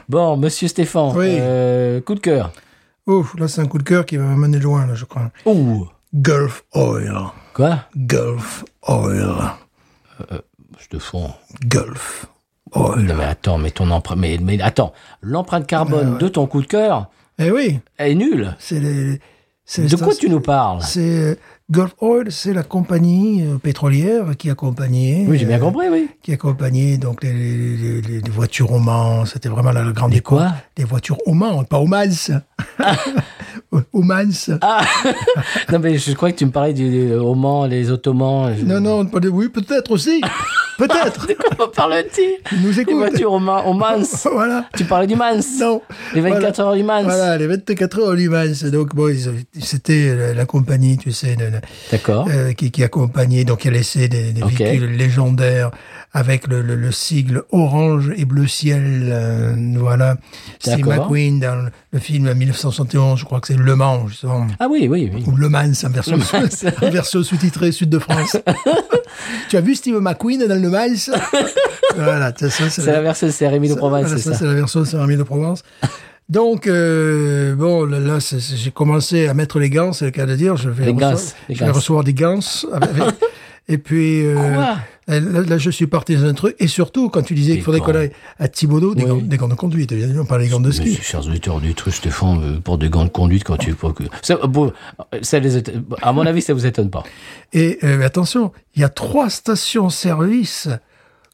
A: Bon, monsieur Stéphane,
B: Oui.
A: euh, coup de cœur.
B: Ouf, là, c'est un coup de cœur qui va m'amener loin, là, je crois.
A: Ouh
B: Gulf Oil.
A: Quoi
B: Gulf Oil.
A: Je te fonds.
B: Gulf Oil.
A: Non mais attends, mais ton empreinte, mais, mais attends, l'empreinte
B: Euh,
A: carbone de ton coup de cœur
B: Eh oui,
A: est nulle.
B: c'est les. c'est les
A: De quoi
B: stations-
A: tu nous parles
B: C'est euh, Gulf Oil, c'est la compagnie euh, pétrolière qui accompagnait.
A: Oui, j'ai bien
B: euh,
A: compris, oui.
B: Qui accompagnait donc les, les, les- les- les voitures au Mans. C'était vraiment la, la grande
A: Des Ah.
B: époque.
A: quoi
B: Les voitures au Mans, pas au Mans. <laughs> au Mans.
A: Ah. <laughs> Non mais je croyais que tu me parlais du du Oman, les Ottomans. Je-
B: Non, non, pas de- oui,
A: <laughs>
B: peut-être aussi. peut-être.
A: De quoi me parle-t-il
B: Ils nous
A: Les
B: écoutent.
A: voitures au Mans, au
B: <laughs>
A: Mans.
B: voilà.
A: Tu parlais du Mans.
B: Non.
A: Les 24 heures du Mans.
B: Voilà, les 24 heures du Mans. Donc, bon, ils- c'était la, la compagnie, tu sais, de- de-
A: D'accord.
B: euh, qui, qui accompagnait, donc elle laissait des, des
A: Ok.
B: véhicules légendaires avec le, le, le sigle orange et bleu ciel. euh, voilà. C'est
A: D'accord.
B: McQueen dans le, le film 1971, je crois que c'est Le Mans, <laughs> justement.
A: Ah oui, oui, oui.
B: Ou Le Mans, en version, en version sous-titrée Sud de <laughs> France. tu as vu Steve McQueen dans Le <laughs> Mans Voilà, ça, ça,
A: C'est la version c'est Rémi de Provence,
B: euh, voilà,
A: c'est ça.
B: c'est la version de Saint-Rémy de Provence. Donc, euh, bon, là, là, c'est- c'est- j'ai commencé à mettre les gants, c'est le cas de dire. Je vais,
A: Les
B: recevoir,
A: gants, les
B: je vais
A: gants.
B: recevoir des gants. avec- avec-
A: <laughs>
B: et puis, euh,
A: Quoi
B: là, là, je suis parti dans un truc. Et surtout, quand tu disais
A: Des
B: qu'il faudrait
A: gants.
B: qu'on aille à Thibaudot, des,
A: Oui.
B: gants, des gants de conduite, évidemment, pas les gants de
A: Monsieur,
B: ski.
A: chers auditeurs du truc, Stéphane, euh, pour des gants de conduite quand tu. pour que- Ça, euh, bon, euh, ça les étonne- à mon avis, ça vous étonne pas.
B: Et euh, attention, il y a trois stations-service.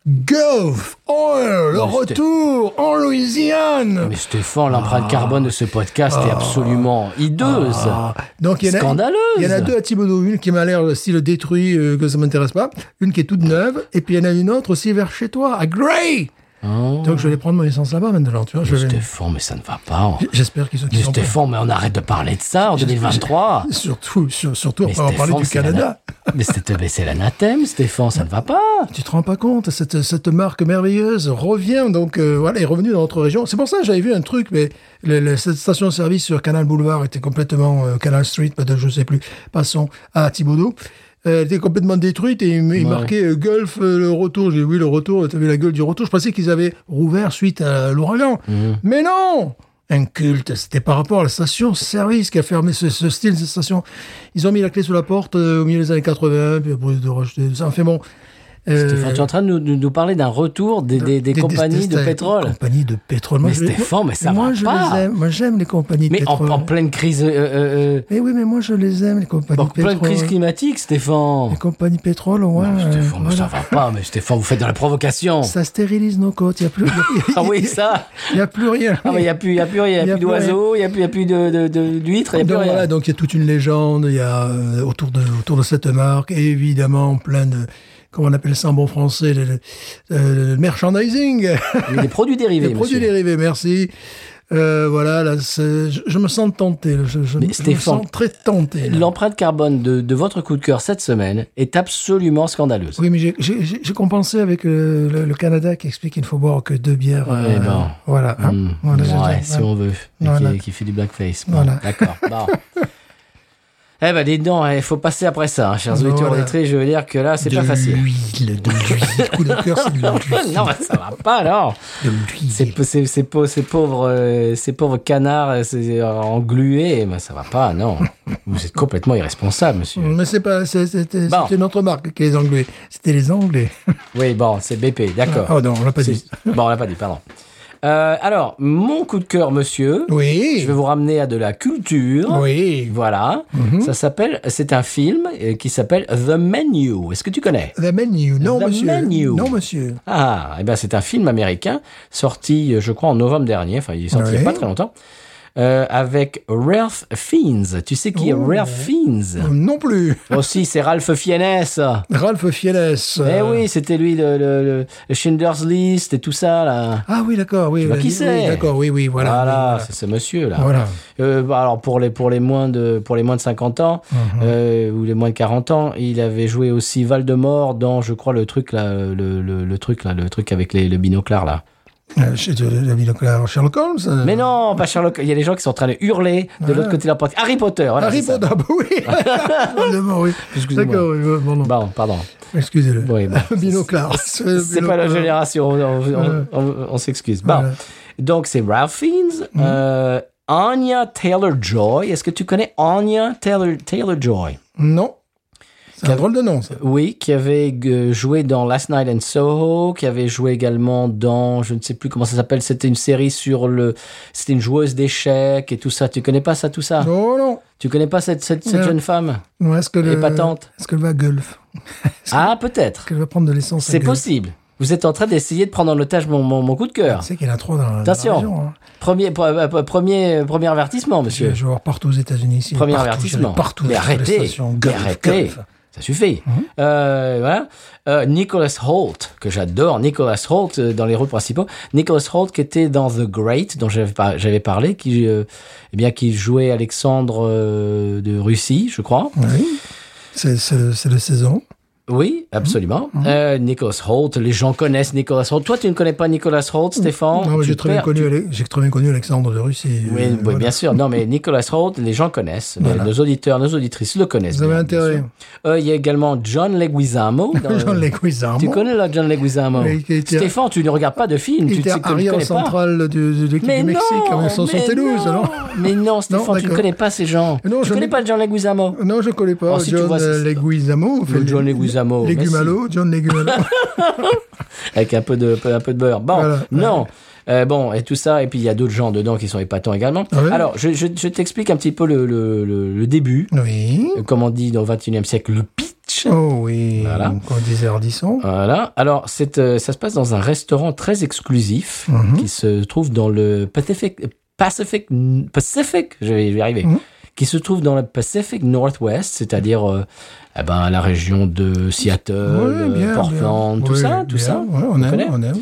B: Gulf Oil, le
A: Mais c'était-
B: retour en Louisiane.
A: Mais Stéphane, l'empreinte carbone de ce podcast est absolument hideuse.
B: Ah. Donc il y en a,
A: Scandaleuse.
B: Il y en a deux à Thibaudot, une qui m'a l'air le style détruit, euh, que ça m'intéresse pas, une qui est toute neuve, et puis il y en a une autre aussi vers chez toi, à Grey.
A: Oh,
B: Donc je vais prendre mon essence là-bas maintenant, tu vois. je
A: mais
B: vais-
A: Stéphane, mais ça ne va pas.
B: J'espère qu'ils sont, qu'ils
A: Mais
B: sont prêts.
A: Stéphane, mais on arrête de parler de ça en 2023.
B: Surtout, sur- surtout
A: Mais
B: après avoir parlé
A: Stéphane,
B: du
A: c'est
B: Canada.
A: l'ana- Mais c'est mais c'est l'anathème, Stéphane, ça ne va pas.
B: Ah, Tu te rends pas compte, cette, cette marque merveilleuse revient donc, euh, voilà, est revenue dans notre région. C'est pour ça que j'avais vu un truc, mais le- le- cette station de service sur Canal Boulevard était complètement, euh, Canal Street, peut-être, je sais plus, passons à Thibaudot. Euh, elle était complètement détruite et il il
A: Ouais.
B: marquait euh, Gulf, euh, le retour. J'ai dit, oui, le retour, t'as vu la gueule du retour. Je pensais qu'ils avaient rouvert suite à l'ouragan. Mais non! Un culte, c'était par rapport à la station-service qui a fermé ce, ce style de station. Ils ont mis la clé sous la porte euh, au milieu des années 80, puis après de rejeter ça. Enfin bon. euh,
A: Stéphane, tu es en train de nous, de nous parler d'un retour des, des- des compagnies de
B: des-
A: pétrole.
B: Des compagnies de pétrole. Moi,
A: Mais
B: je les-
A: Stéphane, mais ça
B: moi,
A: va
B: je
A: pas.
B: Les aime. Moi, j'aime les compagnies de
A: Mais en,
B: pétrole.
A: en pleine crise, euh, euh, euh,
B: Mais oui, mais moi, je les aime, les compagnies
A: en
B: de pétrole.
A: pleine crise climatique, Stéphane.
B: Les compagnies pétrole, ouais.
A: Non,
B: euh,
A: Stéphane, mais
B: voilà.
A: ça va pas, mais Stéphane, vous faites de la provocation.
B: Ça stérilise nos côtes. Il n'y a plus.
A: Ah oui, ça.
B: Il n'y a plus rien.
A: Ah, mais il n'y a plus, y a plus rien, il
B: Y
A: n'y
B: a
A: a plus
B: plus rien.
A: d'oiseaux, il n'y a plus, y a plus de- de- de- d'huîtres, il n'y a plus
B: donc voilà,
A: rien.
B: donc il y a toute une légende, il y a euh, autour de autour de cette marque, et évidemment plein de comment on appelle ça en bon français, le, le- euh, le merchandising,
A: Il y a des produits dérivés.
B: les produits
A: monsieur.
B: dérivés. Merci. Euh, voilà, là, c'est- je, je me sens tenté, là, je, je-
A: Mais
B: je me
A: Stéphane,
B: sens très tenté. là.
A: L'empreinte carbone de, de votre coup de cœur cette semaine est absolument scandaleuse.
B: Oui, mais j'ai- j'ai j'ai- j'ai compensé avec euh, le, le Canada qui explique qu'il ne faut boire que deux bières. euh,
A: Eh ben.
B: Voilà. hein.
A: Hmm,
B: Voilà,
A: ouais,
B: c'est ça.
A: si on veut. Et
B: Voilà.
A: Qui, qui fait du blackface. Bon,
B: <laughs> Voilà.
A: D'accord. Bon. Eh ben, dis donc, il faut passer après ça, hein, chers
B: Non,
A: auditeurs
B: là.
A: lettrés. Je veux dire que là, c'est
B: De
A: pas
B: <laughs>
A: facile.
B: L'huile, de l'huile. Le coup de cœur, c'est de l'huile.
A: <laughs> non, ça va pas alors.
B: De l'huile.
A: Ces, pa- ces, ces pau- ces pauvres, euh, ces pauvres canards euh, ces- euh, englués, ben, ça va pas, non. Vous êtes complètement irresponsable, monsieur.
B: Mais c'est pas, c'est- c'était
A: Bon.
B: c'était notre marque qui les Anglais. C'était les Anglais.
A: Oui, bon, c'est BP, d'accord.
B: Oh non, on l'a pas dit.
A: C'est- <laughs> Bon, on l'a pas dit, pardon. Euh, alors, mon coup de cœur, monsieur,
B: Oui.
A: je vais vous ramener à de la culture.
B: Oui. Mm-hmm.
A: Voilà. Ça s'appelle, c'est un film euh, qui s'appelle The Menu. Est-ce que tu connais
B: The menu. Non,
A: The
B: monsieur.
A: menu.
B: Non, monsieur.
A: Ah, eh ben c'est un film américain sorti, euh, je crois, en novembre dernier. Enfin, il est sorti il y
B: Ouais.
A: a pas très longtemps. Euh, avec Ralph Fiennes. Tu sais qui est
B: Oh.
A: Ralph
B: <laughs>
A: Fiennes
B: Non plus.
A: Aussi, c'est Ralph Fiennes.
B: Ralph Fiennes.
A: Eh oui, c'était lui le, le- le- le Schindler's List et tout ça là.
B: Ah oui, d'accord. Oui,
A: vois
B: oui,
A: qui
B: oui,
A: c'est
B: D'accord, oui, oui, voilà.
A: Voilà,
B: oui,
A: c'est ce monsieur là.
B: Voilà.
A: Euh, bah, alors pour les pour les moins de pour les moins de 50 ans
B: Mhm.
A: euh, ou les moins de 40 ans, il avait joué aussi Valdemort dans je crois le truc là euh, le, le- le truc là le truc avec les le binoclard là.
B: Euh, chez- de- de- de- de- Sherlock Holmes. euh,
A: Mais non, pas Sherlock. Il y a des gens qui sont en train de hurler de l'autre côté de la porte. Harry Potter. Voilà,
B: Harry
A: c'est ça.
B: Potter, <laughs> bah oui. Évidemment, oui.
A: Excusez-moi.
B: D'accord, oui, oui, bon, non.
A: Bon, pardon.
B: Excusez-le. <laughs>
A: Oui, bon.
B: Binoclard.
A: <laughs> C'est pas
B: euh,
A: la génération. On, on- on- on- on s'excuse. Bon.
B: Voilà.
A: Donc c'est Ralph Fiennes.
B: Mhm.
A: euh, Anya Taylor Joy. Est-ce que tu connais Anya Taylor Taylor Joy?
B: Non. C'est un drôle de nom, ça.
A: Oui, qui avait euh, joué dans Last Night in Soho, qui avait joué également dans, je ne sais plus comment ça s'appelle, c'était une série sur le, c'était une joueuse d'échecs et tout ça. Tu connais pas ça, tout ça
B: Oh non.
A: Tu connais pas cette, cette, cette
B: Non.
A: jeune femme
B: Non, Est-ce que
A: Elle est
B: le-
A: patente.
B: Est-ce qu'elle va à Gulf Est-ce
A: Ah, peut-être.
B: qu'elle va prendre de l'essence à
A: C'est
B: Gulf
A: possible. Vous êtes en train d'essayer de prendre en otage mon, mon, mon coup de cœur.
B: Tu sais qu'il y en a trois dans, la- dans
A: Attention.
B: la région. hein.
A: Premier, pre- pre- premier, euh, premier avertissement,
B: Je
A: monsieur.
B: vais voir partout aux États-Unis ici.
A: Premier
B: partout,
A: avertissement.
B: j'irai Partout.
A: Mais
B: sur les
A: arrêtez.
B: stations.
A: Mais
B: Gulf,
A: arrêtez.
B: Gulf. Mhm.
A: Ça suffit. Euh, voilà. Euh, Nicholas Holt, que j'adore. Nicholas Holt euh, dans les rôles principaux. Nicholas Holt qui était dans The Great, dont j'avais par- j'avais parlé, qui, euh, eh bien, qui jouait Alexandre euh, de Russie, je crois.
B: Oui. C'est c'est le, c'est le saison.
A: Oui, absolument.
B: Mhm.
A: Euh, Nicholas Holt, les gens connaissent Nicholas Holt. Toi, tu ne connais pas Nicholas Holt, Stéphane
B: Non, mais
A: Oh, Tu
B: Ah j'ai très, bien
A: perds-
B: connu Ale- j'ai très bien connu Alexandre de Russie.
A: Oui,
B: Euh,
A: oui,
B: voilà.
A: bien sûr. Non, mais Nicolas Holt, les gens connaissent. Les-
B: Voilà.
A: Nos auditeurs, nos auditrices le connaissent.
B: Vous avez
A: bien, bien
B: intérêt.
A: sûr. Euh, il y a également John Leguizamo. dans-
B: <laughs> Jean Leguizamo.
A: Tu connais là, John Leguizamo
B: Oui, qui était-
A: Stéphane, tu ne regardes pas de films.
B: Il
A: tu
B: était
A: tu- tu ne
B: arrière
A: connais pas.
B: central de, de l'équipe
A: Mais non,
B: du Mexique en
A: mais
B: 1972,
A: non,
B: alors
A: Mais non, Stéphane, tu ne
B: d'accord.
A: connais pas ces gens.
B: Mais non,
A: tu
B: je
A: ne connais
B: n'ai-
A: pas John Leguizamo.
B: Non, je ne connais pas.
A: Oh, si tu
B: John
A: vois, c'est-
B: euh, Leguizamo. on fait
A: Le John
B: le-
A: Leguizamo, mais
B: Legumalo, John Legumalo.
A: Avec un peu de, peu- un peu de beurre. Bon,
B: Voilà.
A: non. Euh, bon, et tout ça. Et puis, il y a d'autres gens dedans qui sont épatants également.
B: Ah ouais
A: Alors, je, je- je t'explique un petit peu le, le- le- le début.
B: <laughs> oui.
A: Euh, Comme on dit dans le 21e siècle, le pitch.
B: Oh oui.
A: Voilà.
B: Comme on disait Ardisson.
A: Voilà. Alors, c'est, euh, ça se passe dans un restaurant très exclusif
B: Mhm.
A: Ah, qui se trouve dans le Pacific, Pacific, Pacific, je vais, je vais y arriver,
B: Mhm.
A: qui se trouve dans le Pacific Northwest, c'est-à-dire euh, eh ben, la région de Seattle,
B: Ouais,
A: euh, Portland, tout
B: Ouais,
A: ça, tout
B: bien.
A: ça.
B: Ouais, on, aime,
A: connaît
B: on aime.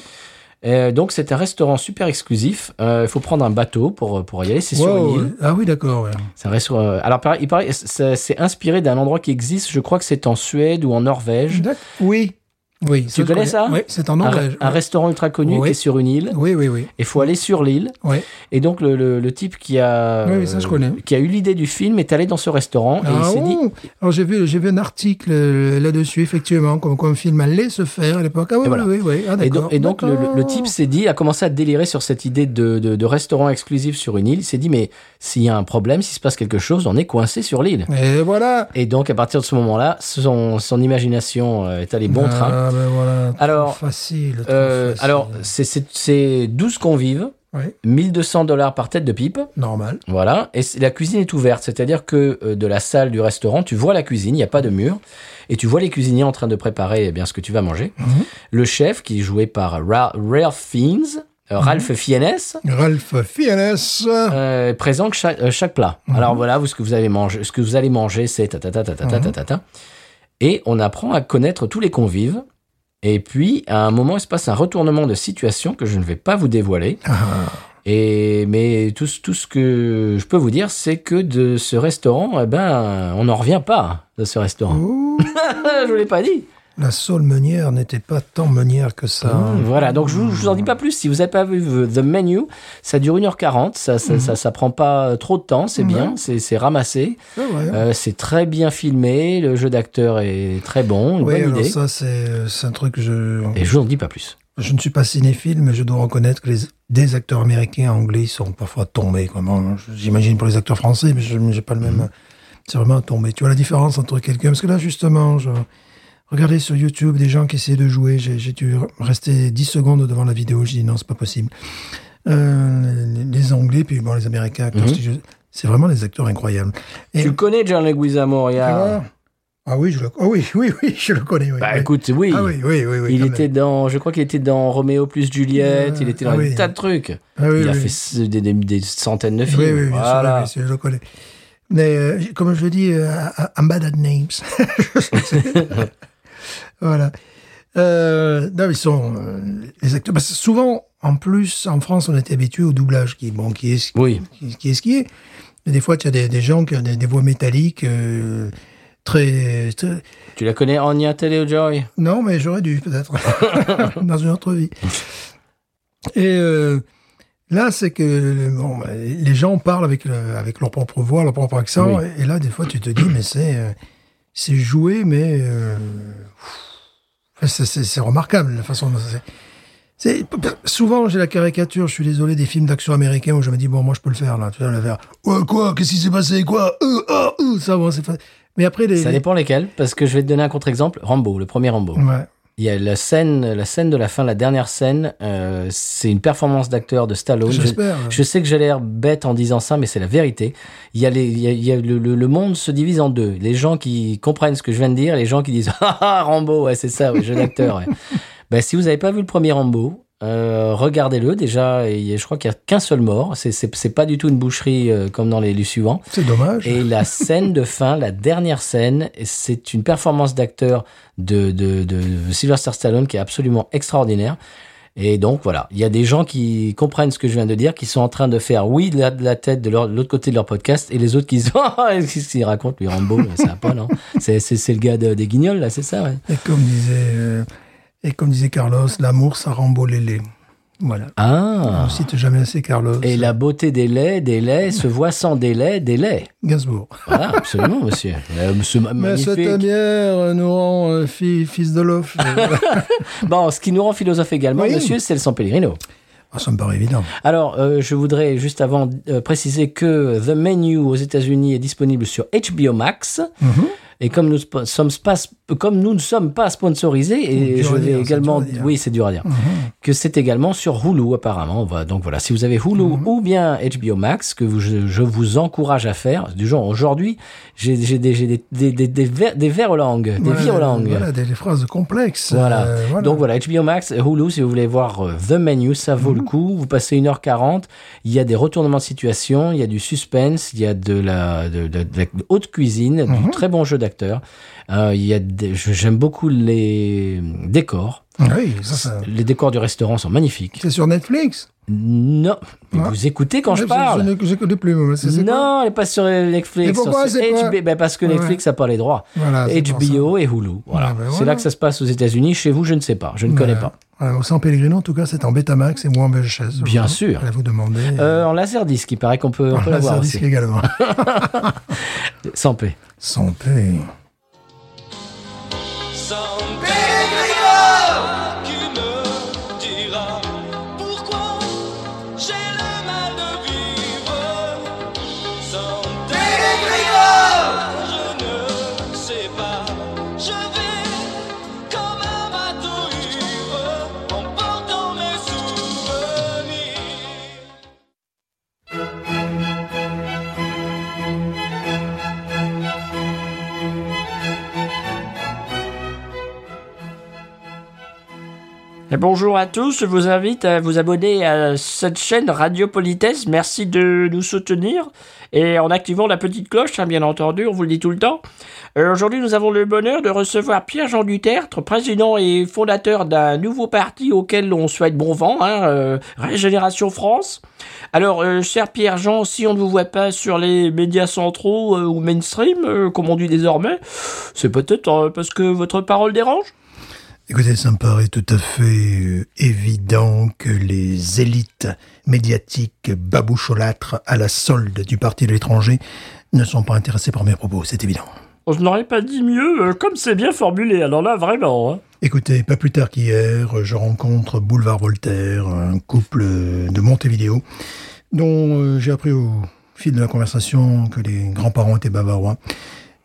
A: Euh, donc, c'est un restaurant super exclusif. Euh, Il faut prendre un bateau pour, euh, pour y aller. C'est sur
B: Wow,
A: une île.
B: ouais. Ah oui, d'accord. ouais.
A: C'est un restaurant- euh, Alors, pareil- il paraît, c'est c'est inspiré d'un endroit qui existe. Je crois que c'est en Suède ou en Norvège.
B: D'ac- Oui. Oui.
A: Tu
B: je
A: connais
B: connais.
A: ça
B: Oui, c'est en
A: Un,
B: Norvège.
A: un restaurant ultra connu
B: Oui.
A: qui est sur une île.
B: Oui, oui, oui.
A: Il faut aller sur l'île.
B: Ouais.
A: Et donc le, le, le type qui a euh,
B: Oui, oui, ça, je connais.
A: qui a eu l'idée du film est allé dans ce restaurant et il
B: Ah,
A: s'est dit
B: oh Alors j'ai vu, j'ai vu un article euh, là-dessus, effectivement, comme quoi un film allait se faire à l'époque. Ah oui,
A: Et voilà.
B: oui, oui, oui. Ah,
A: et, do-
B: d'accord.
A: et donc le, le- le type s'est dit a commencé à délirer sur cette idée de, de, de restaurant exclusif sur une île. Il s'est dit mais s'il y a un problème, s'il se passe quelque chose, on est coincé sur l'île.
B: Et voilà.
A: Et donc à partir de ce moment-là, son, son imagination euh, est allée bon train.
B: Ah ben voilà. trop
A: Alors,
B: facile. trop
A: Euh,
B: facile.
A: alors c'est- c'est c'est 12 convives,
B: Oui,
A: 1200 dollars par tête de pipe.
B: normal.
A: Voilà, et c'est- la cuisine est ouverte, c'est-à-dire que euh, de la salle du restaurant, tu vois la cuisine, il n'y a pas de mur, et tu vois les cuisiniers en train de préparer eh bien ce que tu vas manger. Le chef, qui est joué par Ra- Ralph Fiennes, euh, Ralph Fiennes,
B: Ralph Fiennes.
A: euh, présente chaque, euh, chaque plat. Alors voilà, vous, ce que vous avez mangé, ce que vous allez manger, c'est ta ta ta ta ta ta ta ta ta. Et on apprend à connaître tous les convives. Et puis, à un moment, il se passe un retournement de situation que je ne vais pas vous dévoiler. Et mais tout, ce- tout ce que je peux vous dire, c'est que de
B: Mmh.
A: ce restaurant, eh ben, on n'en revient pas de ce restaurant.
B: Ouh.
A: je vous l'ai pas dit.
B: La Saule Meunière n'était pas tant meunière que ça. hein.
A: Mmh, Voilà, donc je vous, je vous en dis pas plus. Si vous n'avez pas vu The Menu, ça dure 1h40, ça, ça, ça, ça prend pas trop de temps, c'est bien, c'est c'est ramassé.
B: C'est vrai.
A: Euh, c'est très bien filmé, le jeu d'acteur est très bon, une
B: oui,
A: bonne
B: alors
A: idée.
B: ça, c'est euh, c'est un truc que je.
A: Et je vous en dis pas plus.
B: Je ne suis pas cinéphile, mais je dois reconnaître que les, des acteurs américains anglais sont parfois tombés. quoi. Moi, je- J'imagine pour les acteurs français, mais je n'ai pas le
A: Mhm.
B: même. C'est vraiment tombé. Tu vois la différence entre quelqu'un. Parce que là, justement, je regardais sur YouTube des gens qui essayaient de jouer. J'ai j'ai dû rester 10 secondes devant la vidéo. J'ai dit non, c'est pas possible. Euh, les- les Anglais, puis bon, les Américains, acteurs
A: Mhm.
B: studieux, c'est vraiment des acteurs incroyables. Et-
A: Tu le connais John Leguizamo, Montréal
B: Ah, oui, je le, ah oui, oui, oui, je le connais. oui,
A: Bah
B: oui.
A: écoute, oui.
B: Ah oui, oui, oui, oui,
A: il
B: quand
A: était dans, je crois qu'il était dans Roméo plus Juliette,
B: Euh,
A: il était dans
B: ah
A: un
B: oui.
A: tas de trucs.
B: même. Ah oui,
A: il a
B: oui.
A: fait ce- des, des- des centaines de films.
B: Oui, oui, bien sûr,
A: voilà.
B: oui, oui, je le connais. Mais euh, j- comme je le dis, euh, I- I'm bad at names. <laughs> voilà. Euh, non, ils sont euh, les acteurs. Parce que souvent, en plus, en France, on était habitué au doublage, qui bon, qui est ce
A: Oui.
B: qui, qui est ce qui est. Mais des fois, tu as des, des gens qui ont des, des voix métalliques euh, très, très.
A: Tu la connais Anya Taylor-Joy
B: Non, mais j'aurais dû peut-être
A: <laughs>
B: <laughs> dans une autre vie. Et euh, là, c'est que bon, bah, les gens parlent avec le- avec leur propre voix, leur propre accent.
A: Oui.
B: Et, et là, des fois, tu te dis, mais c'est euh, c'est joué, mais euh, pff, c'est- c'est c'est remarquable la façon. dont c'est- c'est- Souvent, j'ai la caricature, je suis désolé, des films d'action américains où je me dis, bon, moi, je peux le faire, là. Tu vois, le faire, ouais, quoi, qu'est-ce qui s'est passé, quoi, euh, ah, euh, ça, bon, c'est fa- Mais après, les. Mm.
A: Ça
B: les-
A: dépend lesquels, parce que je vais te donner un contre-exemple. Rambo, le premier Rambo.
B: Ouais.
A: Il y a la scène, la scène de la fin, la dernière scène, euh, c'est une performance d'acteur de Stallone. Je-
B: J'espère.
A: Je sais que j'ai l'air bête en disant ça, mais c'est la vérité. Il y a les, il y a- il y a le, le- le monde se divise en deux. Les gens qui comprennent ce que je viens de dire, les gens qui disent <laughs> ah ah, Rambo, ouais, c'est ça, ouais, jeune acteur. ouais. Ben, si vous n'avez pas vu le premier Rambo, euh, regardez-le déjà. il y a- je crois qu'il y a qu'un seul mort. C'est- C'est c'est pas du tout une boucherie euh, comme dans les, les suivants.
B: C'est dommage.
A: Et
B: <laughs>
A: la scène de fin, la dernière scène, c'est une performance d'acteur de, de, de Sylvester Stallone qui est absolument extraordinaire. Et donc voilà, il y a des gens qui comprennent ce que je viens de dire, qui sont en train de faire oui de la, de la tête de leur- de l'autre côté de leur podcast, et les autres qui disent <laughs> oh, qu'est-ce qu'il raconte lui Rambo, ça va pas non C'est c'est c'est le gars de- des Guignols là, c'est ça ouais.
B: Et comme disait, euh, et comme disait Carlos, l'amour, ça rembaud les laits. Voilà. On
A: Ah.
B: ne cite jamais assez Carlos.
A: Et la beauté des laits, des laits se voit sans délai, délai.
B: Gainsbourg.
A: Voilà, absolument monsieur. Euh, ce
B: Mais
A: magnifique.
B: cette bière euh, nous rend euh, fi- fils de l'off. Euh,
A: Bon, ce qui nous rend philosophe également,
B: Oui.
A: monsieur, c'est le San Pellegrino.
B: <laughs> ah, ça me paraît évident.
A: Alors, euh, je voudrais juste avant euh, préciser que The Menu aux États-Unis est disponible sur HBO Max.
B: Mhm.
A: Et comme nous, spo- sommes pas, sp- comme nous ne sommes pas sponsorisés, et
B: Dur
A: je
B: à
A: vais
B: dire, c'est Mhm.
A: également,
B: dur à dire.
A: oui, c'est dur à dire, que c'est également sur Hulu apparemment. Voilà, donc voilà, si vous avez Hulu
B: Mhm.
A: ou bien HBO Max, que vous- je, je vous encourage à faire, du genre aujourd'hui, j'ai j'ai des, j'ai des, des, des, des, ver- des verlangues, des
B: Voilà,
A: virelangues.
B: Voilà, des, des phrases complexes.
A: Voilà.
B: Euh,
A: Donc voilà, HBO Max, Hulu, si vous voulez voir euh, The Menu, ça vaut
B: Mhm.
A: le coup. Vous passez 1h40, il y a des retournements de situation, il y a du suspense, il y a de la, de, de- de la haute cuisine,
B: Mhm.
A: du très bon jeu d'acteur. Euh, il y a des- je- J'aime beaucoup les décors.
B: Oui, ça, ça-
A: Les décors du restaurant sont magnifiques.
B: C'est sur Netflix
A: Non, mais
B: Ouais.
A: vous écoutez quand je
B: Ouais,
A: parle.
B: Je, je, Ah. ne connais plus. moi. C'est- c'est quoi
A: Non, elle est pas sur Netflix.
B: Et pourquoi
A: sur- sur
B: c'est pas-
A: HB, ben parce que
B: Ouais.
A: Netflix n'a pas les droits.
B: Voilà, c'est pour
A: HBO et Hulu. Voilà.
B: Ouais, ben
A: C'est
B: voilà.
A: là que ça se passe aux États-Unis. Chez vous, je ne sais pas. Je ne connais
B: Voilà.
A: pas.
B: Voilà, au San Pellegrino, en tout cas, c'est en Betamax et moi en VHS.
A: Bien sûr.
B: Allez vous demander.
A: Euh, en laser disque, il paraît qu'on peut, on peut l'avoir
B: un
A: aussi. <laughs>
B: également.
A: Sans paix.
B: Sans paix.
C: Sans Pellegrino, qui me dira pourquoi j'ai le mal de vivre. Sans Pellegrino, je ne sais pas. Je vais comme un bateau ivre en portant mes souvenirs.
D: Et Bonjour à tous, je vous invite à vous abonner à cette chaîne Radio Politesse. Merci de nous soutenir. Et en activant la petite cloche, hein, bien entendu, on vous le dit tout le temps. Euh, Aujourd'hui, nous avons le bonheur de recevoir Pierre-Jean Dutertre, président et fondateur d'un nouveau parti auquel on souhaite bon vent, hein, euh, Régénération France. Alors, euh, cher Pierre-Jean, si on ne vous voit pas sur les médias centraux euh, ou mainstream, euh, comme on dit désormais, c'est peut-être euh, parce que votre parole dérange
B: Écoutez, ça me paraît tout à fait euh, évident que les élites médiatiques baboucholâtres à la solde du parti de l'étranger ne sont pas intéressées par mes propos, c'est évident.
D: Je n'aurais pas dit mieux, euh, comme c'est bien formulé, alors là, vraiment. hein.
B: Écoutez, pas plus tard qu'hier, euh, je rencontre Boulevard Voltaire, un couple euh, de Montevideo, dont euh, j'ai appris au fil de la conversation que les grands-parents étaient bavarois.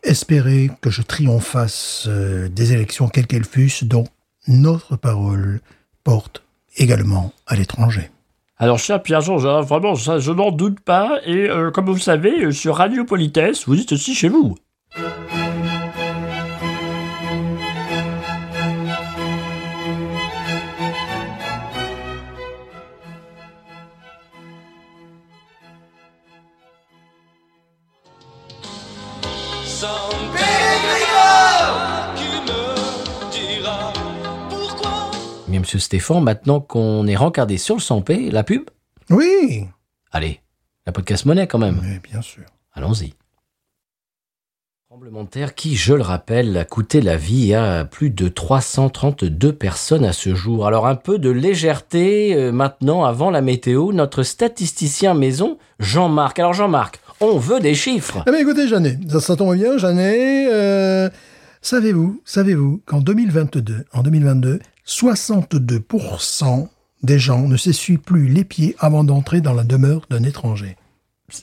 B: Espérer que je triomphasse euh, des élections, quelles qu'elles fussent, dont notre parole porte également à l'étranger.
D: Alors, cher Pierre-Jean, je- vraiment, ça, je n'en doute pas, et euh, comme vous le savez, euh, sur Radio Politesse, vous êtes aussi chez vous.
E: Sans Grégor qui me dira pourquoi
A: Mais monsieur Stéphane, maintenant qu'on est rencardé sur le 100p, la pub
B: Oui,
A: Allez, la podcast monnaie quand même.
B: mais bien sûr.
A: Allons-y. Tremblement de terre qui, je le rappelle, a coûté la vie à plus de 332 personnes à ce jour. Alors un peu de légèreté euh, maintenant avant la météo, notre statisticien maison, Jean-Marc. Alors Jean-Marc, on veut des chiffres.
B: Eh bien, écoutez, Jeannet, ça, ça tombe bien, Jeannet. euh, savez-vous, savez-vous qu'en 2022, en 2022, 62% des gens ne s'essuient plus les pieds avant d'entrer dans la demeure d'un étranger.
A: Mmh.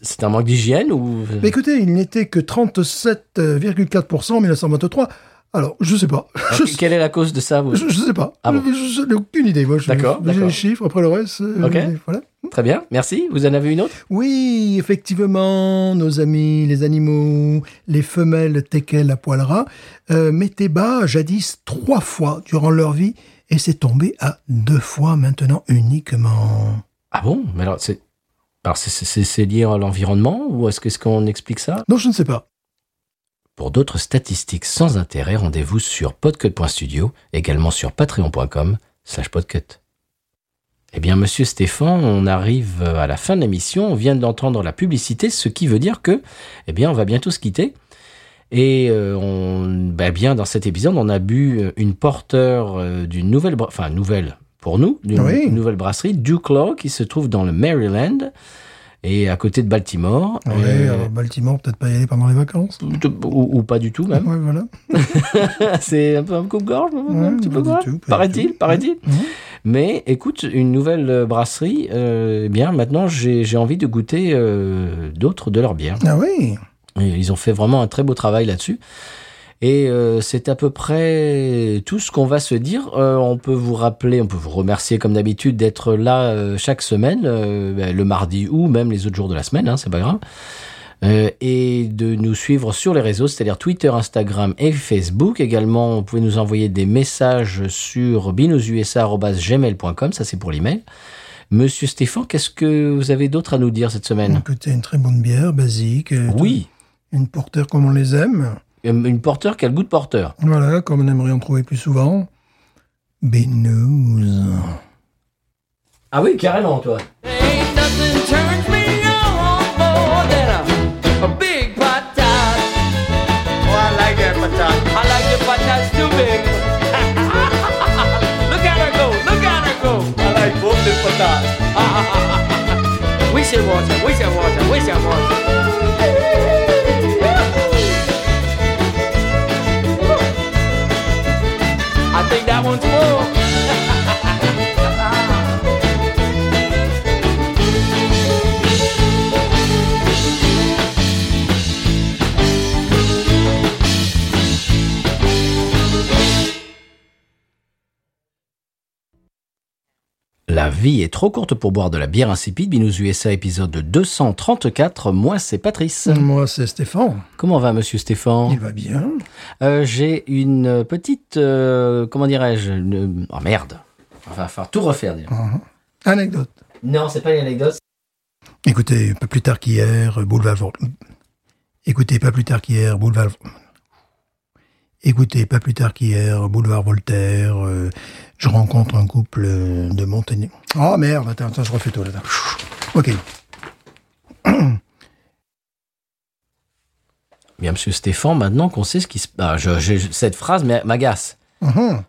A: C'est un manque d'hygiène ou...
B: Mais écoutez, il n'était que 37,4% en 1923. Alors, je sais pas. <laughs> Je, sais-
A: euh, Quelle est la cause de ça vous
B: je, je sais pas.
A: Ah bon.
B: Je- je- je n'ai aucune idée. Moi, je-
A: D'accord,
B: J'ai
A: d'accord.
B: les chiffres, après le reste. euh,
A: Ok.
B: Voilà.
A: Très bien, merci. Vous en avez une autre
B: Oui, effectivement, nos amis, les animaux, les femelles teckels à poil ras, euh, mettaient bas jadis trois fois durant leur vie et c'est tombé à deux fois maintenant uniquement.
A: Ah bon Mais alors c'est... Alors c'est- c'est c'est- c'est lié à l'environnement ou est-ce que- est-ce qu'on explique ça
B: Non, je ne sais pas.
A: Pour d'autres statistiques sans intérêt, rendez-vous sur podcut.studio, également sur patreon.com slash podcut. Eh bien, monsieur Stéphane, on arrive à la fin de l'émission, on vient d'entendre la publicité, ce qui veut dire que, eh bien, on va bientôt se quitter. Et euh, on, bah bien, dans cet épisode, on a bu euh, une porteur euh, d'une nouvelle, bra- enfin, nouvelle pour nous, d'une
B: Oui.
A: nouvelle brasserie, Duclaw, qui se trouve dans le Maryland et à côté de Baltimore.
B: Ouais,
A: Euh,
B: alors Baltimore, peut-être pas y aller pendant les vacances.
A: ou- ou pas du tout, même.
B: Ouais, voilà.
A: <laughs> C'est un peu un coupe-gorge, un petit
B: pas
A: peu
B: du
A: quoi.
B: tout, pas du
A: Paraît-il,
B: tout.
A: paraît-il.
B: Mhm.
A: Mais écoute, une nouvelle euh, brasserie, euh, eh bien maintenant j'ai j'ai envie de goûter euh, d'autres de leurs bières.
B: Ah oui.
A: Et Ils ont fait vraiment un très beau travail là-dessus. Et euh, c'est à peu près tout ce qu'on va se dire. Euh, on peut vous rappeler, on peut vous remercier comme d'habitude d'être là euh, chaque semaine, euh, ben, le mardi ou même les autres jours de la semaine, hein, c'est pas grave. Euh, et de nous suivre sur les réseaux, c'est-à-dire Twitter, Instagram et Facebook. Également, vous pouvez nous envoyer des messages sur binoususa.gmail.com, ça c'est pour l'email. Monsieur Stéphane, qu'est-ce que vous avez d'autre à nous dire cette semaine
B: Écoutez, une très bonne bière, basique. euh,
A: Oui,
B: tout- Une porteur comme on les aime.
A: Euh, une une porteur qui a le goût de porteur.
B: Voilà, comme on aimerait en trouver plus souvent. Binous.
A: Ah oui, carrément, toi.
E: Ain't nothing turns me on more than a, a big patat. Oh, I like that patat. I like the patats too big. <laughs> look at her go, look at her go. I like both the <laughs> patats. we should watch her, we should watch her, we should watch her. I think that one's full.
A: La vie est trop courte pour boire de la bière insipide. Binous USA, épisode 234. Moi, c'est Patrice.
B: Moi, c'est Stéphane.
A: Comment va, monsieur
B: Il
A: Stéphane
B: va Mm. bien.
A: Euh, J'ai une petite. euh, comment dirais-je une- Oh merde. Enfin, faire tout refaire, déjà.
B: Ah, Anecdote.
A: Non, c'est pas une anecdote.
B: Écoutez, pas plus tard qu'hier, euh, boulevard. Vor- Écoutez, pas plus tard qu'hier, boulevard. Écoutez, pas plus tard qu'hier, boulevard Voltaire, euh, je rencontre un couple euh, de Monténégro. Oh merde, attends, attends, je refais tout là. attends. Ok.
A: ah, Bien, monsieur Stéphane, maintenant qu'on sait ce qui se passe. cette phrase m'a- m'agace.
B: Mhm.